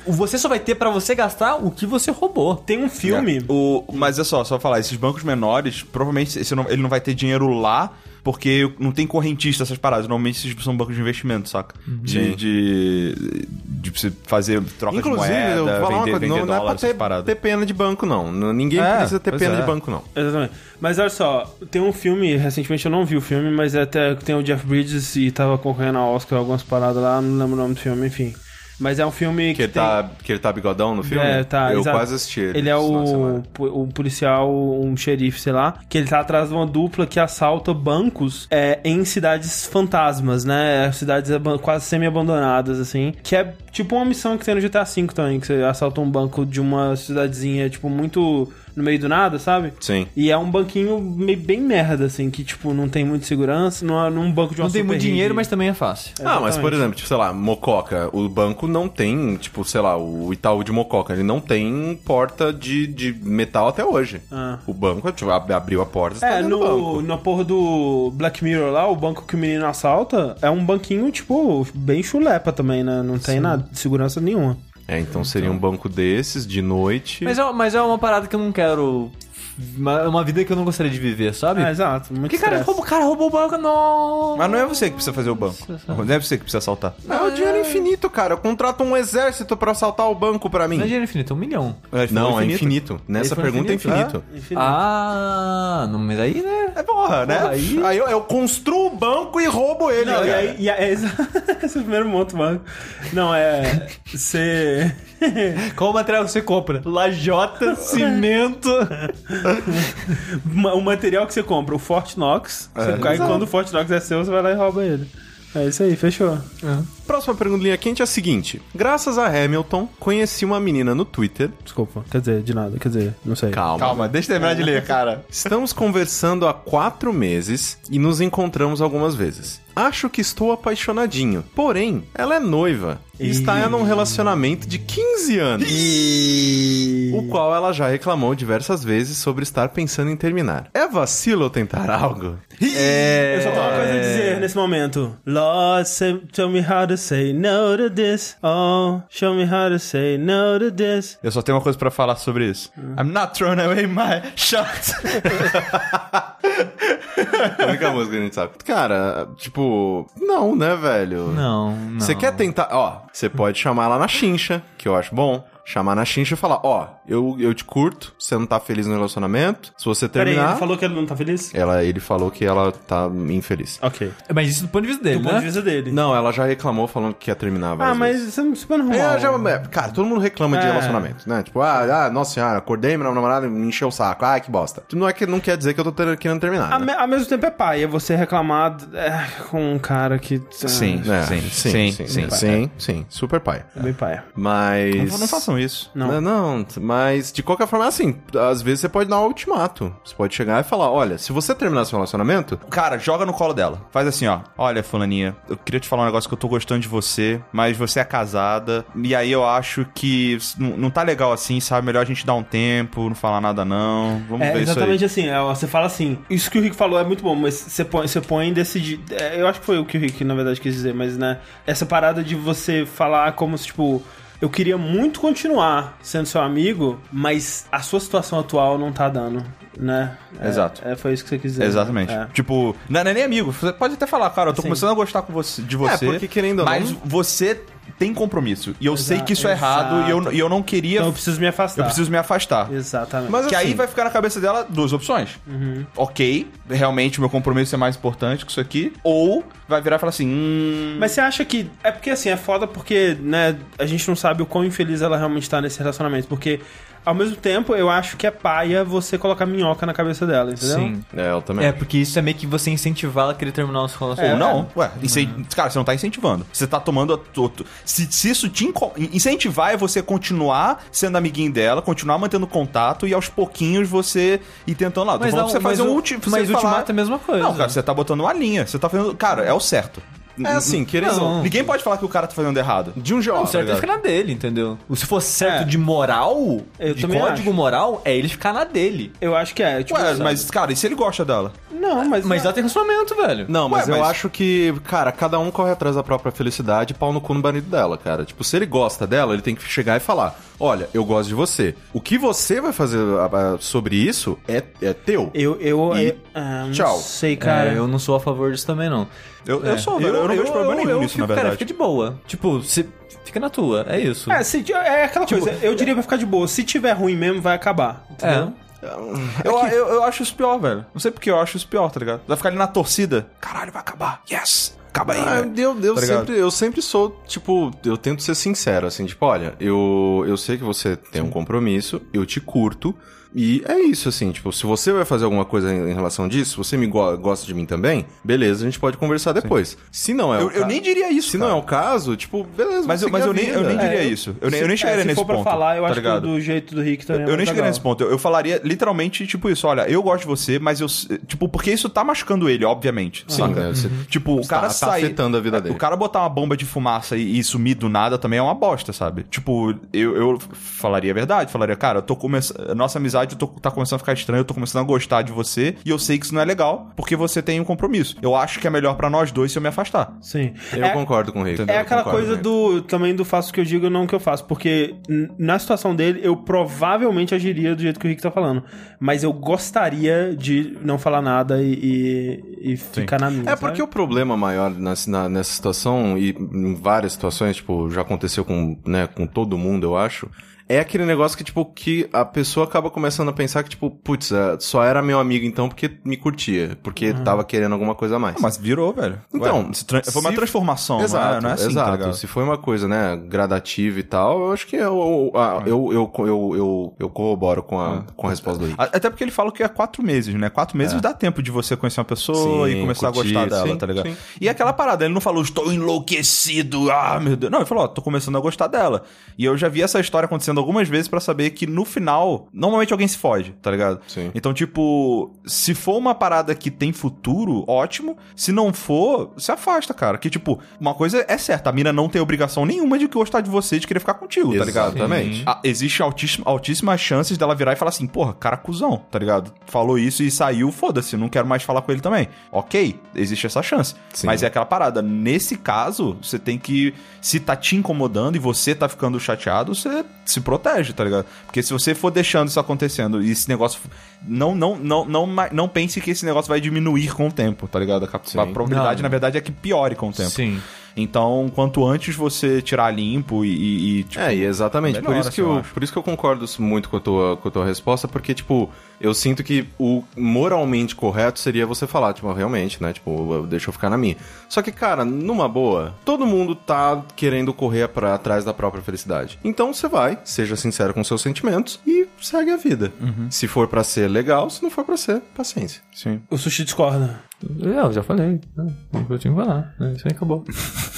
B: O Você só vai ter pra você gastar o que você roubou.
D: Tem um filme.
C: O, mas é só, só falar, esses bancos menores, provavelmente esse não- ele não vai ter dinheiro lá, porque não tem correntista essas paradas. Normalmente esses são bancos de investimento, saca?
A: Uhum.
C: De, de, de você fazer troca
A: Inclusive,
C: de moeda,
A: eu vou falar uma
C: vender,
A: coisa,
C: vender
A: não, não é
C: dólar,
A: pra
C: essas
A: ter, ter
C: paradas.
A: pena de banco, não. N- Ninguém
C: É,
A: precisa ter
C: pois
A: pena
C: é.
A: de banco, não.
D: Exatamente. Mas olha só, tem um filme, recentemente eu não vi o filme, mas é até tem o Jeff Bridges e tava concorrendo ao Oscar algumas paradas lá, não lembro o nome do filme, enfim. Mas é um filme
A: Que
D: que,
A: ele,
D: tem...
A: tá, que ele tá bigodão no filme?
D: É, tá,
A: Eu
D: exato.
A: quase assisti ele.
D: Ele é
A: esse final de
D: o,
A: semana.
D: o policial, um xerife, sei lá, que ele tá atrás de uma dupla que assalta bancos é, em cidades fantasmas, né? Cidades aban- quase semi-abandonadas, assim. Que é tipo uma missão que tem no GTA V também, que você assalta um banco de uma cidadezinha, tipo, muito no meio do nada, sabe?
A: Sim.
D: E é um banquinho meio, bem merda, assim, que, tipo, não tem muita segurança, não é num banco de uma
B: Não tem muito
D: super
B: dinheiro,
D: rede.
B: mas também é fácil.
A: Ah, mas por
D: Exatamente.
A: exemplo, tipo, sei lá, Mococa, o banco não tem, tipo, sei lá, o Itaú de Mococa, ele não tem porta de, de metal até hoje.
D: Ah.
A: O banco tipo, ab- abriu a porta, você tá
D: É,
A: dentro do
D: no,
A: banco.
D: na porra do Black Mirror lá, o banco que o menino assalta é um banquinho, tipo, bem chulepa também, né? Não tem nada de segurança nenhuma.
A: É, então seria um banco desses, de noite.
B: Mas é, mas é uma parada que eu não quero. uma- uma vida que eu não gostaria de viver, sabe?
D: Ah, exato. Muito
B: Porque, cara,
D: estresse.
B: roubou, cara, roubou o banco, não.
C: Mas não é você que precisa fazer o banco. Não é você que precisa assaltar.
A: É o dinheiro infinito, cara. Eu contrato um exército pra assaltar o banco pra mim.
C: assim.
B: Não é dinheiro infinito, é um milhão.
A: Não, é infinito. Nessa
B: Ele falou
A: pergunta
B: infinito.
A: é infinito.
D: Enfim,
B: Ah, não, mas aí, né?
C: É porra, né?
B: Porra, aí-
A: eu, eu construo o banco e roubo ele,
D: Não, e
A: cara.
D: aí, e aí, (laughs) esse é o primeiro monto, mano. Não, é. (laughs) Você.
B: Qual material você compra? Lajota, cimento.
D: Ma- o material que você compra, o Fort Knox. você- aí quando o Fort Knox é seu, você vai lá e rouba ele. É isso aí, fechou.
A: Próxima pergunta linha quente é a seguinte. Graças a Hamilton, conheci uma menina no Twitter.
D: Desculpa. Quer dizer, de nada, quer dizer, não sei.
A: Calma.
C: Calma, deixa eu terminar de (laughs) ler, cara.
A: Estamos conversando há quatro meses e nos encontramos algumas vezes. Acho que estou apaixonadinho. Porém, ela é noiva e está em um relacionamento de 15 anos. O qual ela já reclamou diversas vezes sobre estar pensando em terminar. É vacilo eu tentar (laughs) algo?
B: É,
D: Eu só tenho uma
A: É.
D: coisa a dizer nesse momento. Lord, say- show me how to say no to this. Oh, show me how to say no to this.
C: Eu só tenho uma coisa pra falar sobre isso.
A: Uhum.
C: I'm not throwing away my (laughs) shot.
A: É a única música que a gente sabe. Cara, tipo, não, né, velho?
B: Não, não.
A: Você quer tentar. Ó, você pode chamar ela na chincha, que eu acho bom. Chamar na chincha e falar: Ó, eu, eu te curto, você não tá feliz no relacionamento. Se você
D: Peraí,
A: terminar.
D: ele falou que ele não tá feliz?
A: ela, ele falou que ela tá infeliz.
D: Ok.
B: Mas isso do ponto de vista dele,
D: Do
B: né?
D: ponto de vista dele.
A: Não, ela já reclamou falando que ia terminar. várias
D: Ah, mas
A: vezes.
D: isso é super normal.
A: É, já, é, cara, todo mundo reclama de
D: É.
A: relacionamento, né? Tipo, ah, ah, nossa senhora, acordei, meu namorado me encheu o saco. Ah, que bosta. Não é que não quer dizer que eu tô ter- querendo terminar.
D: Ao
A: né?
D: me- ao mesmo tempo é pai, é você reclamar é, com um cara que. ah,
C: Sim.
A: É,
C: Sim,
A: sim, sim, sim, sim,
C: sim.
A: sim, super pai.
D: é Bem pai.
A: Mas.
C: Não façam isso.
D: Não.
A: Não. não, mas de qualquer forma, assim, às vezes você pode dar um ultimato. Você pode chegar e falar: olha, se você terminar seu relacionamento,
C: Cara, joga no colo dela. Faz assim, ó. Olha, fulaninha, eu queria te falar um negócio que eu tô gostando de você, mas você é casada. E aí eu acho que s- n- não tá legal assim, sabe? Melhor a gente dar um tempo, não falar nada não. Vamos
D: É
C: ver isso aí.
D: exatamente assim, é, ó, você fala assim, isso que o Rick falou é muito bom, mas você põe, você põe decidir. é, eu acho que foi o que o Rick, na verdade, quis dizer, mas né, essa parada de você falar como se, tipo, eu queria muito continuar sendo seu amigo, mas a sua situação atual não tá dando, né? É,
C: Exato.
D: É, foi isso que você quis dizer.
C: Exatamente.
D: É.
C: Tipo, não, não é nem amigo. Você pode até falar, cara, eu tô
D: Sim. É,
C: começando a gostar com você, de você.
A: porque querendo ou
C: Mas
A: não-
C: você tem compromisso. E eu
D: Exa-
C: sei que isso é errado e eu, e eu não queria.
D: Então eu preciso me afastar.
C: eu preciso me afastar.
D: Exatamente.
A: Mas
C: que
A: assim-
C: aí vai ficar na cabeça dela duas opções.
B: Uhum.
C: Ok, realmente o meu compromisso é mais importante que isso aqui. Ou vai virar e falar assim: hum.
D: Mas você acha que. É porque assim, é foda porque, né, a gente não sabe o quão infeliz ela realmente tá nesse relacionamento. Porque, ao mesmo tempo, eu acho que é paia você colocar minhoca na cabeça dela, entendeu?
B: Sim.
A: é, eu também.
B: É, porque isso é meio que você incentivar ela a querer terminar É. o seu
C: Ou
B: relacionamento.
C: não, ué, incen-
B: Uhum.
C: cara, você não tá incentivando. Você tá tomando. a to- to- Se, se isso te inco- incentivar é você continuar sendo amiguinho dela, continuar mantendo contato e aos pouquinhos você ir tentando lá. Tô
B: Mas
C: falando
B: não,
C: pra você fazer
B: mas
C: um
B: o-
C: ulti- você
B: mas
C: falar-
B: ultimato é a mesma coisa.
C: Não, cara, você tá botando uma linha. Você tá fazendo. Cara, é o certo.
A: É assim, querendo ou não.
C: Ninguém pode falar que o cara tá fazendo errado.
A: De um jeito.
B: O certo é
C: tá
B: ele ficar na dele, entendeu? O Se fosse certo
D: É.
B: de moral,
D: Eu
B: de
D: também
B: código
D: acho.
B: moral, é ele ficar na dele.
D: Eu acho que é. Tipo,
C: Ué,
D: sabe?
C: mas, cara, e se ele gosta dela?
D: Não, mas.
B: Mas ela tem relacionamento, velho.
A: Não, mas
C: Ué,
A: eu
C: mas-
A: acho que, cara, cada um corre atrás da própria felicidade e pau no cu no banido dela, cara. Tipo, se ele gosta dela, ele tem que chegar e falar: Olha, eu gosto de você. O que você vai fazer ah, ah, sobre isso é, é teu.
D: Eu. eu,
A: E-
D: eu- ah, não
A: tchau.
D: sei, cara.
C: é,
B: Cara, eu não sou a favor disso também, não.
C: Eu, É, eu sou, velho. Eu, não vejo problema nenhum nisso,
B: fico-
C: na verdade.
B: Cara, fica de boa. Tipo, você fica na tua, é isso.
D: É, se- é aquela
C: Tipo,
D: coisa, eu diria pra ficar de boa. Se tiver ruim mesmo, vai acabar. entendeu?
B: É.
C: Eu, eu, eu acho isso pior, velho. Não sei porque eu acho isso pior, tá ligado? Vai ficar ali na torcida. Caralho, vai acabar. Yes! Acaba aí.
A: Ah,
C: velho.
A: eu, eu,
C: Tá ligado?
A: sempre, eu sempre sou, tipo, eu tento ser sincero, assim, tipo, olha, eu, eu sei que você tem um compromisso, eu te curto, e é isso, assim, tipo, se você vai fazer alguma coisa em, em relação disso, você me go- gosta de mim também, beleza, a gente pode conversar depois. Se não é o
C: Eu- eu
A: ca-
C: nem diria isso,
A: Se não
C: cara.
A: é o caso, tipo, beleza,
C: Mas, eu,
A: vamos
C: mas eu, nem,
A: seguir a
C: eu nem
A: vida.
C: diria
D: É, eu-
C: isso. Eu, nem- eu
D: É,
C: nem chegaria
D: se
C: nesse
D: for
C: ponto.
D: pra falar, eu
C: tá
D: acho
C: ligado?
D: que do jeito do Rick também. é
C: Eu nem
D: mais
C: chegaria
D: legal.
C: nesse ponto. Eu, eu falaria literalmente, tipo, isso: olha, eu gosto de você, mas eu. Tipo, porque isso tá machucando ele, obviamente.
A: Sim,
C: saca?
A: né, você-
C: Tipo, o
A: Tá-
C: cara
A: tá
C: sair.
A: afetando a vida
C: é,
A: dele.
C: O cara botar uma bomba de fumaça e, e sumir do nada também é uma bosta, sabe? Tipo, eu, eu falaria a verdade. Falaria, cara, eu tô começando. Nossa amizade eu tô- tá começando a ficar estranha, eu tô começando a gostar de você. E eu sei que isso não é legal, porque você tem um compromisso. Eu acho que é melhor pra nós dois se eu me afastar.
D: Sim.
A: Eu
D: É-
A: concordo com o Rick.
D: É
A: eu
D: aquela
A: concordo
D: coisa
C: né?
A: com o Rick.
D: do também do faço o que eu digo e não o que eu faço, porque n- na situação dele eu provavelmente agiria do jeito que o Rick tá falando, mas eu gostaria de não falar nada e, e- e ficar na minha.
A: É porque o problema maior nas- na- nessa situação, e em várias situações, tipo, já aconteceu com, né, com todo mundo, eu acho, é aquele negócio que, tipo, que a pessoa acaba começando a pensar que, tipo, putz, é, só era meu amigo então porque me curtia, porque tava querendo alguma coisa a mais.
C: Ah, Mas virou, velho.
A: Então,
C: Ué, se tran- foi uma
A: se-
C: transformação, não é, não é assim, tá
A: exato.
C: ligado?
A: Se foi uma coisa, né, gradativa e tal, eu acho que eu, ah, eu, eu, eu, eu, eu corroboro com a, com a resposta do Rick.
C: A- Até porque ele fala que é quatro meses, né? Quatro meses dá tempo de você conhecer uma pessoa
A: É. Sim,
C: e começar
A: curtir,
C: a gostar dela,
A: sim,
C: tá ligado?
A: sim.
C: E aquela parada, ele não falou, estou enlouquecido, ah, meu Deus. Não, ele falou, ó, tô começando a gostar dela. E eu já vi essa história acontecendo algumas vezes pra saber que no final, normalmente alguém se foge, tá ligado?
A: Sim.
C: Então, tipo, se for uma parada que tem futuro, ótimo. Se não for, se afasta, cara. Que, tipo, uma coisa é certa, a mina não tem obrigação nenhuma de gostar de você e de querer ficar contigo, tá ligado?
A: Exatamente.
B: Sim.
C: Ah, existe altíssima- altíssimas chances dela virar e falar assim, porra, cara cuzão, tá ligado? Falou isso e saiu, foda-se, não quero mais falar com ele também. Ok, existe essa chance.
A: Sim.
C: Mas é aquela parada, nesse caso, você tem que, se tá te incomodando e você tá ficando chateado, você se protege, tá ligado? Porque se você for deixando isso acontecendo e esse negócio, não, não, não, não, ma- não pense que esse negócio vai diminuir com o tempo, tá ligado? A, cap-
A: Sim.
C: a probabilidade,
B: Não.
C: na verdade, é que piore com o tempo.
B: Sim.
C: Então, quanto antes você tirar limpo e, e- e, tipo,
A: é, e exatamente.
C: melhora,
A: por, isso que
C: assim, eu
A: eu,
C: acho.
A: por isso que eu concordo muito com a, tua, com a tua resposta, porque, tipo, eu sinto que o moralmente correto seria você falar, tipo, realmente, né? Tipo, eu- deixa eu ficar na minha. Só que, cara, numa boa, todo mundo tá querendo correr pra trás da própria felicidade. Então você vai, seja sincero com seus sentimentos e segue a vida. Se for pra ser legal, se não for pra ser, paciência.
C: Sim.
D: O sushi discorda.
B: É, Eu já falei. Eu tinha que falar. né? Isso aí acabou.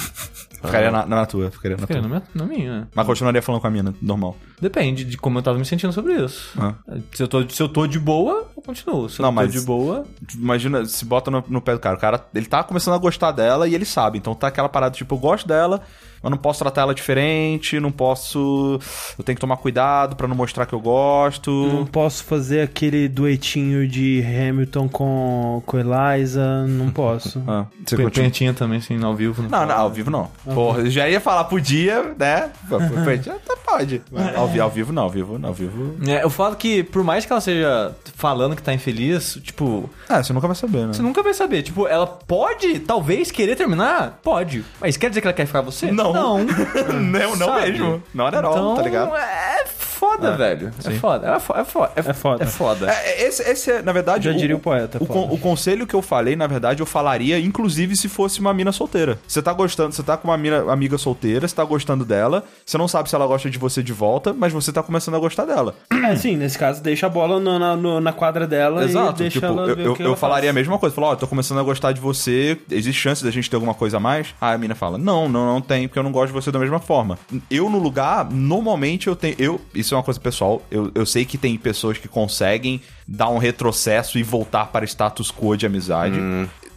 C: Ficaria na, na tua, ficaria na
B: Fiquei na
C: tua.
B: minha, na minha, né?
C: Mas continuaria falando com a mina, normal.
B: Depende de como eu tava me sentindo sobre isso.
C: Ah.
B: Se, eu tô, se eu tô de boa, eu continuo. Se eu
C: Não,
B: tô
C: mas-
B: de boa.
C: Imagina, se bota no, no pé do cara. O cara, ele tá começando a gostar dela e ele sabe. Então tá aquela parada, tipo, eu gosto dela, mas não posso tratar ela diferente, não posso... Eu tenho que tomar cuidado pra não mostrar que eu gosto.
D: Não posso fazer aquele duetinho de Hamilton com, com Eliza. Não posso.
C: (laughs) Ah, você
B: Pe-
C: continua?
B: Pentinha também, assim, ao vivo.
C: Não, não, ao vivo não. Porra, eu já ia falar, podia, né? Pô, pô, pô, já Até pode. Mas Ao, vi- ao vivo não, ao vivo não, ao vivo...
B: É, eu falo que, por mais que ela seja falando que tá infeliz, tipo,
C: Ah, você nunca vai saber, né?
B: você nunca vai saber. Tipo, ela pode, talvez, querer terminar? Pode. Mas quer dizer que ela quer ficar com você? (laughs)
C: Não.
B: Não.
C: (laughs) não, não
B: Sabe?
C: mesmo. Não era
B: Então,
C: tá ligado?
B: é foda, velho. É
C: sim.
B: foda. É foda. É foda.
D: Ah, É foda.
B: É foda.
C: É, é, esse, esse é, na verdade.
D: Já diria o poeta,
C: O,
D: foda.
C: con- o conselho que eu falei, na verdade, eu falaria, inclusive, se fosse uma mina solteira. Você tá gostando, você tá com uma mina, amiga solteira, você tá gostando dela, você não sabe se ela gosta de você de volta, mas você tá começando a gostar dela.
D: É, sim, nesse caso, deixa a bola no- na, no- na quadra dela e deixa
C: tipo,
D: ela
C: eu,
D: ver
C: eu-
D: o que
C: eu
D: ela
C: falaria a
D: faz.
C: mesma coisa. Falar, ó, tô começando a gostar de você, existe chance da gente ter alguma coisa a mais? Aí a mina fala, não, não, não tem, porque eu não gosto de você da mesma forma. Eu, no lugar, normalmente eu tenho. Eu, isso é uma coisa pessoal, eu, eu sei que tem pessoas que conseguem dar um retrocesso e voltar para status quo de amizade.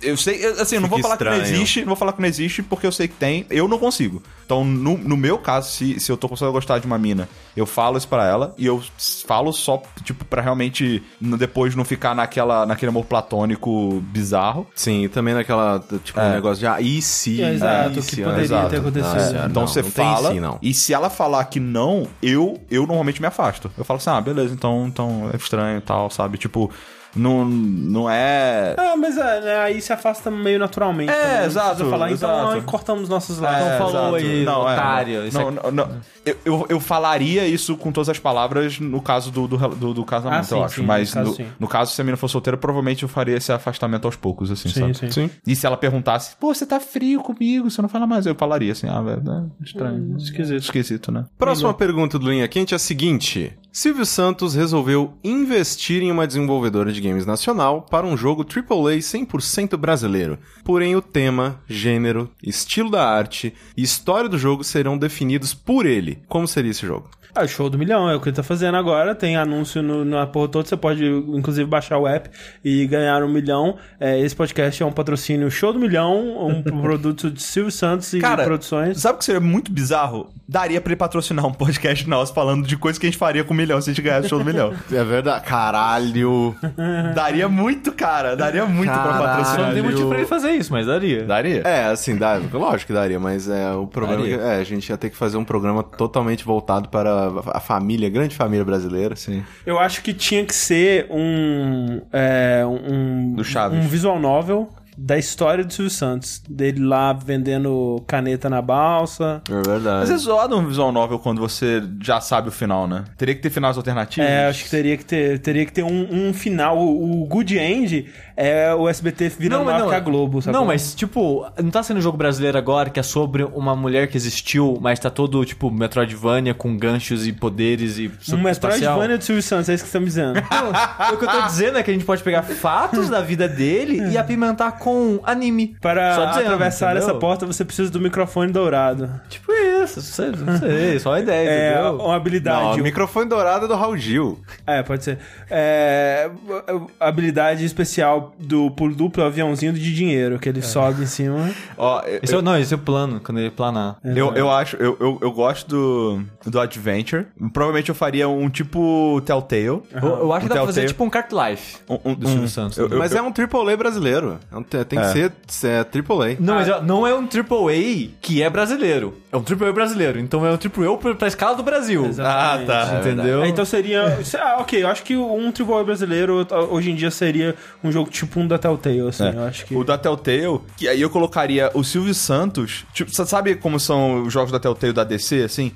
C: Eu sei, eu- assim, eu não vou
A: Fica
C: falar que não
A: estranho.
C: existe, não vou falar que não existe, porque eu sei que tem, eu não consigo. Então, no, no meu caso, se, se eu tô começando a gostar de uma mina, eu falo isso pra ela, e eu s- falo só, tipo, pra realmente n- depois não ficar naquela, naquele amor platônico bizarro.
A: Sim, e também naquela, tipo, um negócio de, ah, e se?
D: É, exato,
A: e
D: o
A: se, ah,
D: que
A: é,
D: poderia
A: exato.
D: ter acontecido.
A: Nossa senhora,
C: então
A: não,
C: você
A: não tem
C: fala,
A: sim, não.
C: e se ela falar que não, eu eu normalmente me afasto. Eu falo assim, ah, beleza, então, então é estranho e tal, sabe? Tipo, não, não é...
D: Ah, mas é, né, aí se afasta meio naturalmente.
C: É,
D: também, não precisa
C: exato,
D: Falar, então,
C: exato.
D: ai, cortamos nossos
C: É,
D: laços.
B: Então falou
C: exato.
B: aí,
C: Não, é,
B: otário, isso
C: não, não, não. Eu, eu, eu falaria isso com todas as palavras no caso do, do, do- do casamento,
D: Ah, sim,
C: eu acho.
D: sim, no
C: Mas
D: caso,
C: no,
D: sim.
C: no caso, se a menina for solteira, provavelmente eu faria esse afastamento aos poucos, assim,
D: Sim,
C: sabe?
D: sim.
C: E se ela perguntasse, pô, você tá frio comigo, você não fala mais, eu falaria assim, ah, velho, né? estranho.
D: esquisito.
C: Esquisito, né?
A: Próxima pergunta do Linha Quente é a seguinte: Silvio Santos resolveu investir em uma desenvolvedora de games nacional para um jogo AAA 100% brasileiro. Porém, o tema, gênero, estilo da arte e história do jogo serão definidos por ele. Como seria esse jogo?
D: Ah, show do milhão, é o que ele tá fazendo agora. Tem anúncio no, na porra toda, você pode inclusive baixar o app e ganhar um milhão. É, esse podcast é um patrocínio show do milhão, um (laughs) produto de Silvio Santos e
C: Cara,
D: produções.
C: Sabe o que seria muito bizarro? Daria pra ele patrocinar um podcast nosso falando de coisas que a gente faria com um milhão se a gente ganhasse o show do milhão.
D: (laughs)
A: É verdade. Caralho!
C: daria muito, cara. Daria muito
A: Caralho.
C: pra patrocinar.
B: Não tem
C: gente.
B: motivo pra ele fazer isso, mas daria.
C: Daria?
A: (laughs) É, assim, dá, lógico que daria, mas é, o problema é, que, é, a gente ia ter que fazer um programa totalmente voltado para a família, a grande família brasileira. Sim.
D: Eu acho que tinha que ser um. É, um
C: Do Chaves.
D: Um visual novel da história do Silvio Santos. Dele lá vendendo caneta na balsa.
A: É verdade.
C: Mas é zoado um visual novel quando você já sabe o final, né? Teria que ter finais alternativos.
D: É, acho que teria que ter, teria que ter um, um final. O, o Good End é o SBT virando
B: mas
D: não, a Globo, sabe?
B: Não, mas, tipo, não tá sendo um jogo brasileiro agora que é sobre uma mulher que existiu, mas tá todo, tipo, Metroidvania com ganchos e poderes e
D: Um
B: super espacial? (laughs)
D: Metroidvania do Silvio Santos, é isso que você tá me dizendo.
B: Não, o que eu tô dizendo é que a gente pode pegar fatos da vida dele e apimentar com anime.
D: Para
B: Só dizendo,
D: atravessar
B: entendeu?
D: essa porta, você precisa do microfone dourado.
B: Tipo isso, não sei, não sei, só uma ideia,
D: É,
B: entendeu?
D: uma
A: Não,
D: habilidade.
A: o microfone dourado é do Raul Gil.
D: É, pode ser. É, a habilidade especial do pulo duplo é o aviãozinho de dinheiro,
B: É.
D: que ele sobe em cima.
C: Ó, eu,
B: Esse é, o- não, esse é o plano, quando ele planar.
D: É.
C: eu, eu acho, eu, eu, eu gosto do, do Adventure. Provavelmente eu faria um tipo Telltale.
B: Eu, eu acho que
C: Um
B: dá pra
C: Telltale.
B: fazer tipo um Cart Life
C: Um- um-
B: É. do Silvio
A: né?
C: um-
B: Santos.
C: eu-
A: Mas é um AAA brasileiro. É um tem tem que ser, ser é, AAA.
D: Ah.
B: Não, mas não é um AAA que é brasileiro. É um AAA brasileiro. Então é um AAA pra, pra escala do Brasil.
D: Exatamente.
C: Ah, tá.
B: Entendeu?
D: É, então seria. se- Ah, ok, eu acho que um Triple A brasileiro t- hoje em dia seria um jogo tipo um da Telltale,
B: É.
D: assim. Eu acho que.
C: O da Telltale, que aí eu colocaria o Silvio Santos. Tipo, sa- sabe como são os jogos da Telltale da DC, assim?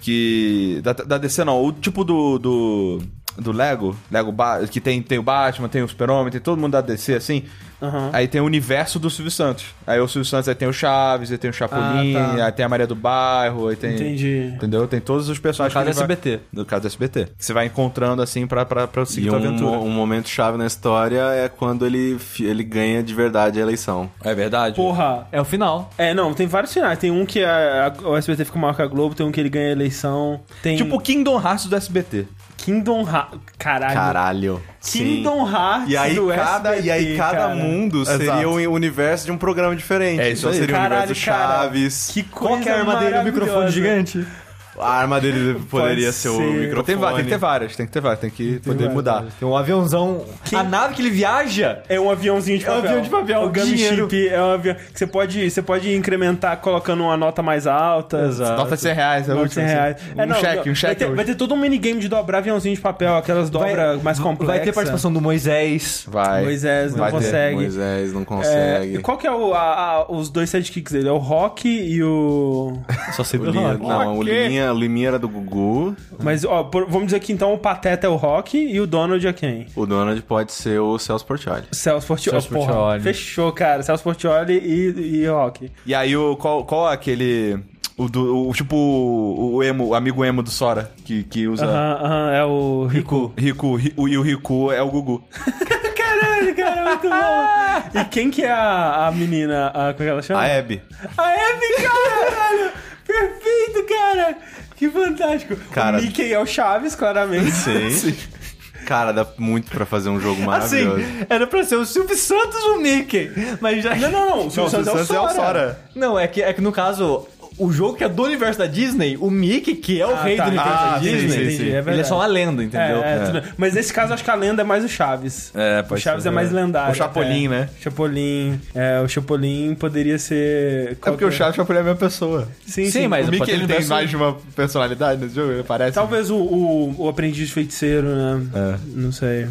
C: Que. Da, da DC não, o tipo do. do... Do Lego, Lego Ba- que tem, tem o Batman, tem o Super-Homem, tem todo mundo da DC, assim.
D: Aham.
C: Aí tem o universo do Silvio Santos. Aí o Silvio Santos, aí tem o Chaves, aí tem o Chapolin,
D: Ah, tá.
C: aí tem a Maria do Bairro, aí tem...
D: Entendi.
C: Entendeu? Tem todos os personagens
B: No caso é
C: que ele vai-
B: Então, SBT.
C: No caso é do SBT. Que você vai encontrando, assim, pra, pra, pra seguir
A: E
C: tua
A: um,
C: aventura.
A: mo- um momento chave na história é quando ele, fi- ele ganha de verdade a eleição.
C: É verdade.
D: Porra.
B: É o final.
D: Tipo, É, não, tem vários sinais. Tem um que a, a- o SBT fica maior que a Globo, tem um que ele ganha a eleição. Tem.
C: Tipo Kingdom Hearts do SBT.
D: Kingdom Hearts. Caralho.
A: Caralho.
D: Kingdom Hearts
A: E aí,
D: do
A: cada,
D: SBT,
A: e aí cada
D: cara.
A: mundo seria
C: Exato.
A: o universo de um programa diferente.
C: É, isso
A: Então
C: aí.
A: seria o
D: Caralho,
A: universo do
D: cara.
A: Chaves.
D: Que coisa
B: Qual que é a arma dele? O microfone
D: maravilhosa.
B: gigante?
A: A arma
D: (laughs)
A: dele poderia ser, o
D: ser.
A: microfone.
C: Tem, va- tem que ter várias, tem que ter várias, tem que poder
D: várias,
C: mudar.
B: Tem um aviãozão. A nave que ele viaja
D: É um aviãozinho de
B: É um
D: papel.
B: avião de papel,
D: O Gummy
B: dinheiro.
D: Chip é um avião que você pode, você pode incrementar colocando uma nota mais alta.
B: Exato.
C: Nota de 100 reais, é o
D: Nota de
C: último.
D: 100 reais.
C: assim.
D: É,
C: Um
D: não,
C: cheque, um
D: Vai
C: cheque.
D: ter, vai ter todo um minigame de dobrar aviãozinho de papel, aquelas dobras mais complexas.
B: Vai ter participação do Moisés.
C: Vai.
D: Moisés não
C: Vai ter,
D: consegue.
A: Moisés não
D: É,
A: consegue.
D: qual que é o, a- a- os dois sidekicks dele? É o Rock e o.
B: Só sei
A: O
B: do
A: Linha-
B: nome.
A: não, o
C: quê?
A: Liminha, o Liminha era do Gugu.
D: Mas, ó, por- vamos dizer que então o Pateta é o Rock e o Donald é quem?
A: O Donald pode ser o Celso Portiolli.
D: Celso Portioli.
B: Celso Portiolli.
D: Fechou, cara. Celso Portioli e, e Rock.
C: E aí, o, qual, qual é aquele... O, do, o- tipo o, o emo, o amigo emo do Sora, que, que usa...
D: Aham, aham, é o Rico.
C: Riku, Ri- o, e o Riku é o Gugu.
D: Caralho, cara, muito bom. E quem que é a, a menina? A, como é que ela chama?
A: A Hebe.
D: A Abby, caralho! Perfeito, cara! Que fantástico!
A: Cara-
D: O Mickey é o Chaves, claramente.
A: Sim. Cara, dá muito pra fazer um jogo
B: Assim,
A: maravilhoso.
B: era pra ser o Silvio Santos e o Mickey. Mas já. (laughs)
D: Não, não, não. O Silvio
C: Não,
D: Santos é o
C: Santos é o
D: Sora.
C: Sora.
B: Não, é que, é que no caso, o jogo que é do universo da Disney, o Mickey, que é o
D: Ah,
B: rei
D: tá.
B: do universo
C: Ah,
B: da
C: sim,
B: Disney,
C: sim, sim.
D: É
B: ele é
D: verdade.
B: só uma lenda,
D: É,
B: entendeu?
D: é, tudo bem. Mas nesse caso, acho que a lenda é mais o Chaves.
C: É, pode
D: O Chaves
C: ser,
D: é mais
C: é.
D: lendário.
C: O Chapolin, né?
D: O Chapolin. É, o Chapolin poderia ser...
C: É porque o Chaves é a mesma pessoa.
D: Sim,
B: Sim,
D: sim,
B: mas-
C: o
B: pode ter
C: Mickey, ele tem
B: universo-
C: mais de uma personalidade no jogo, ele parece.
D: Talvez o, o, o Aprendiz Feiticeiro, né?
C: É.
D: Não sei.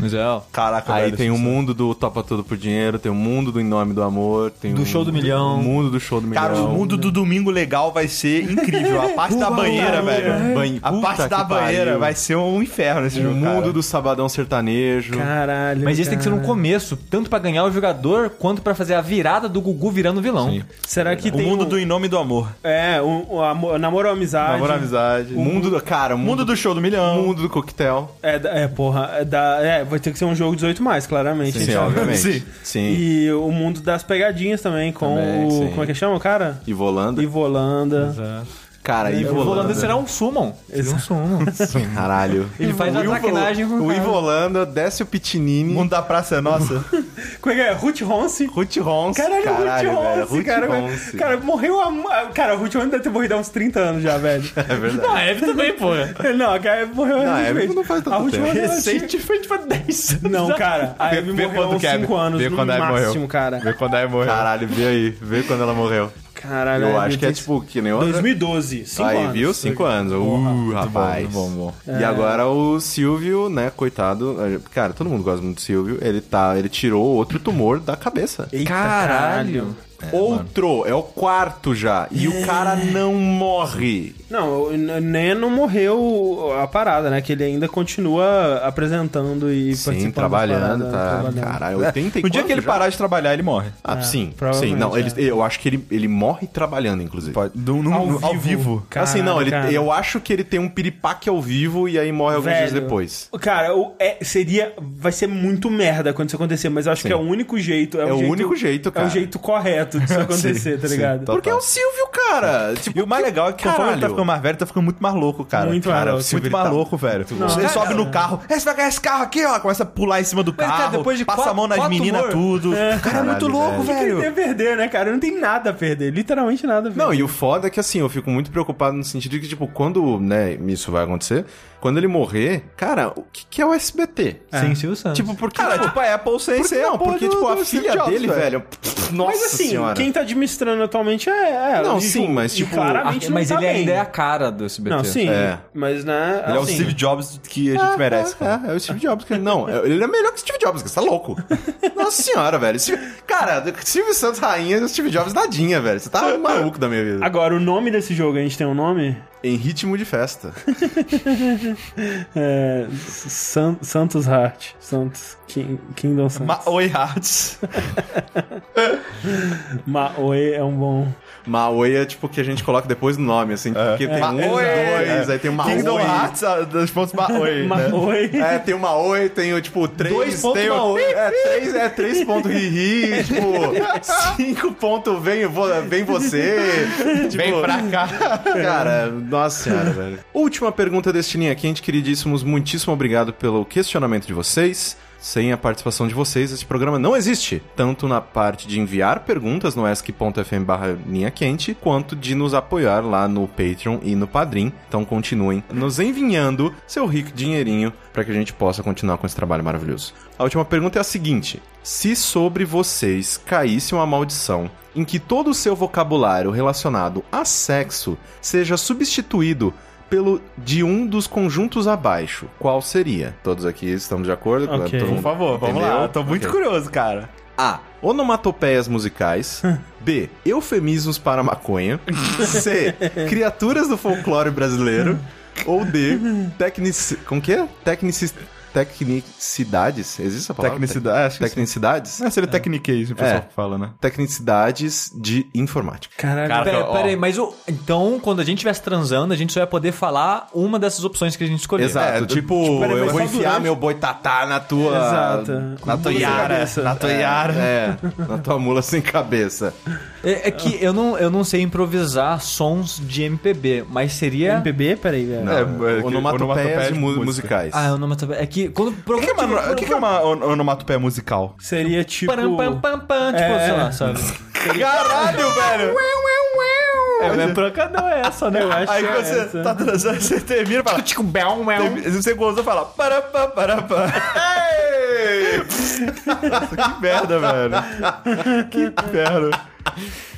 B: Mas é, ó.
C: Caraca,
A: Aí
C: velho,
A: tem
C: isso-
A: o mundo do Topa Tudo por Dinheiro, tem o mundo do Em Nome do Amor, tem
B: Do
A: o-
B: Show do Milhão.
A: o mundo do Show do Milhão.
C: Cara, o mundo do domingo legal vai ser incrível. A parte da banheira, velho.
A: Banhe-
C: A
A: Puta
C: parte da
A: que pariu.
C: banheira vai ser um inferno esse
A: O
C: jogo.
A: mundo
C: cara.
A: do Sabadão Sertanejo.
D: Caralho,
B: Mas isso tem que ser no
D: cara.
B: começo, tanto pra ganhar o jogador, quanto pra fazer a virada do Gugu virando vilão. Então,
D: Será que
C: O
D: tem...
C: mundo
D: um-
C: do em nome do amor.
D: É, o, o amor, namoro ou amizade.
C: Namoro, amizade.
A: O mundo do. Cara, o
C: O mundo
A: mundo,
C: do show do milhão.
A: o mundo do coquetel.
D: É, da- é porra, é, da, é, vai ter que ser um jogo 18 mais, claramente.
A: Sim,
D: Então.
A: obviamente.
C: Sim.
A: Sim.
D: E o mundo das pegadinhas também, com
A: Também,
D: o.
A: sim.
D: Como é que chama o cara?
A: E volando.
D: Ivo Holanda.
A: Cara, e
B: O Volanda será um summon. Seria um summon.
A: Caralho.
B: Ele faz a traquinagem com o
A: O
B: cara.
A: Ivo Holanda desce o
C: O
A: Pitinini.
C: mundo da praça é nossa.
D: Como é que é? Ruth Ronce?
A: Ruth Rons.
D: Caralho, Ruth
A: velho,
D: Ronce, cara.
A: Ronce.
D: Cara, morreu a. a- Cara, a Ruth Ronce deve ter morrido há uns 30 anos já,
A: (laughs)
D: velho.
A: É verdade.
B: (laughs) Não, a Eve também, porra.
D: não, a cara morreu
A: Não, a Hebe
D: recentemente.
A: não faz tanto
D: a Ruth
A: tempo.
D: Ronce era antiga.
B: Recente foi tipo há 10 anos.
D: Não, cara, a Eve
C: vê
D: morreu há
C: quando
D: uns
C: que a Hebe-
D: 5 anos,
C: vê
D: no
C: quando a Hebe morreu.
D: máximo, cara.
C: Vê É quando aí morreu.
A: Caralho, vê aí. Vê quando ela morreu.
D: Caralho,
A: Eu
D: a
A: acho
D: Hebe
A: que é
D: tem-
A: tipo que nem o.
D: 2012, 5
A: aí,
D: anos.
A: viu? Cinco anos. uh, rapaz.
C: bom, bom,
A: E agora o Silvio, né, coitado. Cara, todo mundo gosta muito do Silvio. Ele tá. Ele tirou outro tumor da cabeça.
D: Eita,
B: Caralho.
A: outro! É o quarto já. E o cara
D: É.
A: não morre.
D: Não, o Nen não morreu a parada, né? Que ele ainda continua apresentando e
A: Sim,
D: participando.
A: trabalhando,
D: da
A: tá.
D: parada, trabalhando. É,
A: Caralho, 80 e
C: No dia que ele
A: já?
C: parar de trabalhar, ele morre.
A: Ah, sim, sim.
D: provavelmente,
A: Não, ele,
D: é.
A: eu acho que ele, ele morre trabalhando, inclusive.
C: Pode- no- no- no- ao vivo.
D: Caralho,
A: assim, não, ele,
D: cara.
A: eu acho que ele tem um piripaque ao vivo e aí morre alguns dias
D: Velho.
A: depois.
D: Cara, o- é- seria. Vai ser muito merda quando isso acontecer, mas eu acho que é o único jeito. É,
A: É o
D: jeito-
A: único jeito,
D: É
A: cara.
D: o jeito correto
A: (laughs)
D: disso acontecer, tá
C: sim,
D: ligado?
C: total.
A: Porque é o Silvio, (laughs) cara. Tipo,
C: E o mais legal é que conforme ele tá
A: Caralho.
C: ficando mais velho, ele tá ficando muito mais louco, cara.
D: Muito mais
C: cara,
D: louco.
C: Muito
A: Silvio, ele tá
C: maluco, velho.
D: louco.
C: Ele
D: Cara,
C: sobe no carro. É, você vai ganhar esse carro aqui, ó. Começa a pular em cima do
B: cara,
C: carro.
B: depois de
C: passa
B: quatro-
C: a mão nas
B: quatro
C: meninas,
B: humor.
C: tudo. O cara, é muito
A: Caralho,
C: louco,
A: velho.
D: O que ele
C: velho.
D: tem a perder, né, cara? Não tem nada a perder. Literalmente nada a perder.
A: Não, e o foda é que assim, eu fico muito preocupado no sentido que, tipo, quando, né, isso vai acontecer, Quando ele morrer, cara, o que, que é o SBT?
B: Sem Silvio Santos.
A: Tipo, porque.
C: Cara,
A: não,
C: tipo, a Apple sem
A: porque,
C: ser a
A: não,
C: porra
A: porque,
C: do-
A: tipo, a
C: do Steve
A: filha
C: Jobs,
A: dele, velho. Nossa
D: mas assim,
A: senhora.
D: quem tá administrando atualmente é ela.
A: Não,
D: E,
A: sim, mas,
D: e
A: tipo,
D: Claramente
B: Ah,
D: não
B: mas
D: tá
B: ele
D: bem.
B: ainda é a cara do SBT.
D: Não, sim.
A: É.
D: Mas, né.
C: Ele é o
D: assim,
C: Steve Jobs que
B: Ah,
C: a gente
A: É,
C: merece,
A: é,
C: cara.
A: É, é o Steve Jobs. Cara. Não, é- ele é melhor que o Steve Jobs, cara. Você tá louco. Nossa senhora, velho. Steve- Cara, Steve Santos rainha e o Steve Jobs nadinha, velho. Você tá maluco da minha vida.
D: Agora, o nome desse jogo, a gente tem um nome?
A: Em ritmo de festa.
D: É. San- Santos Heart. Santos. King, Kingdom Santos.
C: Ma- Oi,
D: (laughs)
C: Hearts.
D: Maoe é um bom.
A: Maoi é tipo que a gente coloca depois do nome, assim. Porque tem um,
C: É. Maoi. é
A: dois, aí tem o
B: ah,
A: Maoi.
C: Kingdom Hearts, a- dos pontos Maoi, né?
D: Maoe.
A: É, tem o Maoi, tem o tipo três.
B: Dois ponto
A: tem o,
B: Maoi.
A: É, três, é três ponto ri, tipo,
C: (laughs)
A: cinco ponto vem, vo- vem você. tipo,
C: Vem pra cá.
A: (laughs) Cara, nossa senhora, velho. Última pergunta deste linha quente, queridíssimos. Muitíssimo obrigado pelo questionamento de vocês. Sem a participação de vocês, esse programa não existe. Tanto na parte de enviar perguntas no ask.fm barra linha quente, quanto de nos apoiar lá no Patreon e no Padrim. Então continuem nos envinhando seu rico dinheirinho para que a gente possa continuar com esse trabalho maravilhoso. A última pergunta é a seguinte. Se sobre vocês caísse uma maldição em que todo o seu vocabulário relacionado a sexo seja substituído pelo de um dos conjuntos abaixo, qual seria? Todos aqui estamos de acordo?
D: Ok.
A: Todo
C: Por
A: mundo
C: favor, vamos lá.
A: entendeu?
C: Eu Tô muito
A: Ok.
C: curioso, cara.
A: A. Onomatopeias musicais. B. Eufemismos para maconha. C. Criaturas do folclore brasileiro. Ou D. Tecnici... Com que? é? Tecnici... Tecnicidades? Existe essa palavra?
C: Tecnicidade. É, Acho que sim.
A: Tecnicidades?
C: Ah, seria tecniquez, o pessoal
A: É.
C: que fala, né?
A: Tecnicidades de informática.
D: Caralho.
C: Cara,
B: Pera,
C: ó.
B: pera aí, mas o, então quando a gente estivesse transando, a gente só ia poder falar uma dessas opções que a gente escolheu.
A: Exato,
C: É,
A: tipo,
D: peraí,
A: eu
D: mas
A: vou
D: só
A: enfiar
D: durante-
A: meu boitatá na tua.
D: Exato.
A: Na
D: Com
A: tua
D: mula sem
A: iara.
D: cabeça.
A: Na tua
C: É.
A: iara. É, na tua mula sem cabeça.
B: É, é que eu não, eu não sei improvisar sons de MPB, mas seria.
D: MPB? Peraí, velho.
A: Não,
C: É,
A: (laughs) é,
C: é,
A: onomatopeias
C: que- onomatopeias
A: de
C: de
A: mu-
C: música.
A: musicais.
B: Ah, eu não mas É que. Quando,
C: O que, é uma, o que que é uma on- onomatopeia musical?
D: Seria tipo.
B: Param, pam, pam, pam, tipo,
D: É.
B: sei lá, sabe?
C: Caralho, velho!
B: É, minha tranca não é essa, né?
D: Eu acho
C: né? Aí
D: que é
C: quando você
D: essa.
C: tá transando, você termina e
B: (laughs)
C: fala.
B: Tipo, bel, mel.
C: Termina- Você gozou e fala. Parapá, parapá. Nossa, que merda, velho. Que merda.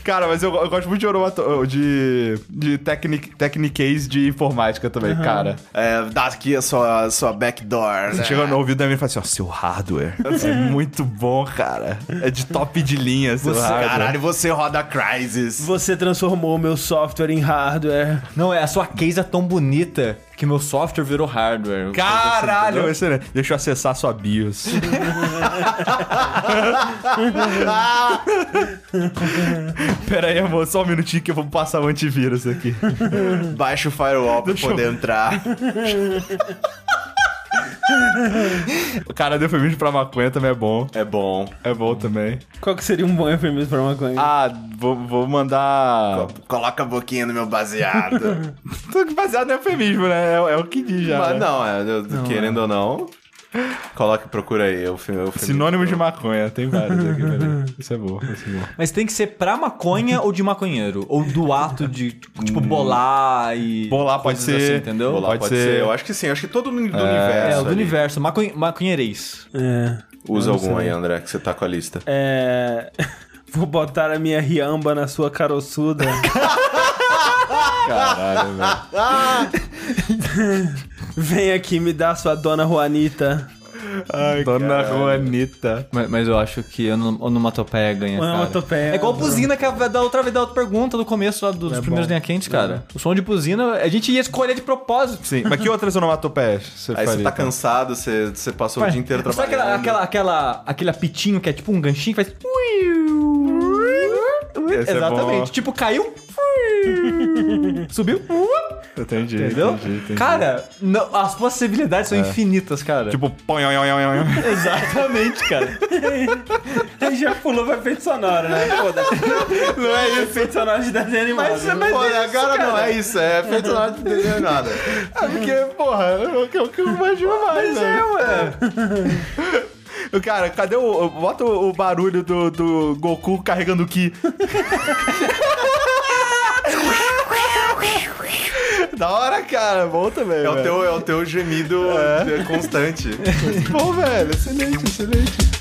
C: Cara, mas eu, eu gosto muito de, onomato- de, de tecnic, tecniquez de informática também, cara.
A: É, dá aqui a sua, a sua backdoor.
C: Você
A: né?
C: chega no ouvido da menina e fala assim, ó, seu hardware é muito bom, cara. É de top de linha, seu
A: Você-
C: hardware.
A: Caralho, você roda Crysis.
D: Você transformou o meu software em hardware.
B: Não, é a sua case é tão bonita que meu software virou hardware.
C: Caralho, excelente. Deixa eu acessar sua (laughs) BIOS. Pera aí, amor, só um minutinho que eu vou passar o antivírus aqui.
A: Baixa o firewall pra
C: Deixa
A: poder entrar.
C: Cara, deu eufemismo pra maconha também é bom.
A: É bom.
C: É bom também.
D: Qual que seria um bom eufemismo pra maconha?
C: Ah, vou, vou mandar.
A: Coloca a boquinha no meu baseado.
C: Tô baseado no eufemismo, né? É, é o que diz já.
A: Mas
C: né?
A: não, é, eu- querendo ou não. Coloca, procura aí. Eu, eu, eu,
C: Sinônimo de maconha, tem vários aqui, peraí. Isso é bom, isso é bom.
B: Mas tem que ser pra maconha ou de maconheiro? Ou do ato de, tipo, bolar e.
C: Bolar pode
B: coisas
C: ser.
B: Assim, entendeu?
A: Pode,
C: Pode
A: ser.
C: ser.
A: Eu acho que sim. Acho que todo mundo do
B: É,
A: universo.
B: o do
A: ali.
B: universo. Maconhe... Maconheirês.
D: É.
A: Usa algum aí, André, que você tá com a lista.
D: É. (laughs) Vou botar a minha riamba na sua caroçuda.
C: Caralho, velho.
D: (laughs) Vem aqui me dar sua dona Juanita.
C: Dona Juanita.
B: Mas, mas eu acho que ono- onomatopeia ganha, cara.
D: Onomatopeia.
B: É igual
D: (laughs)
B: buzina que a, da outra vez da outra pergunta do começo lá
C: É
B: dos primeiros linha quentes, cara. O som de buzina, a gente ia escolher de propósito.
C: Sim, mas que outras onomatopeias você
A: Aí você
C: faria? então?
A: tá cansado, você, você passou o dia inteiro
B: Sabe
A: trabalhando.
B: aquela, aquela, aquela, aquele apitinho que é tipo um ganchinho que faz...
C: Esse é
B: Exatamente.
C: bom.
B: tipo, caiu... Subiu...
C: Entendi,
B: Entendeu?
C: entendi, entendi. É.
B: Cara, não- as possibilidades são infinitas, cara.
C: Tipo, põe, põe, põe, põe.
B: exatamente, cara.
D: Aí já pulou pra efeito sonoro, né? Foda-se.
A: Não é isso.
D: Efeito sonoro de desenho animado.
A: Mas, agora não é isso, é feito nada de desenho nada.
C: Ah, Porque, porra, eu, eu, eu não imagino mais, né?
A: é,
C: (laughs) Cara, cadê o... Bota o, o barulho do, do Goku carregando o Ki. (laughs) Da hora, cara. Bom também.
A: É o
C: velho.
A: teu, é o teu gemido é. constante.
C: Bom, velho. Excelente, excelente.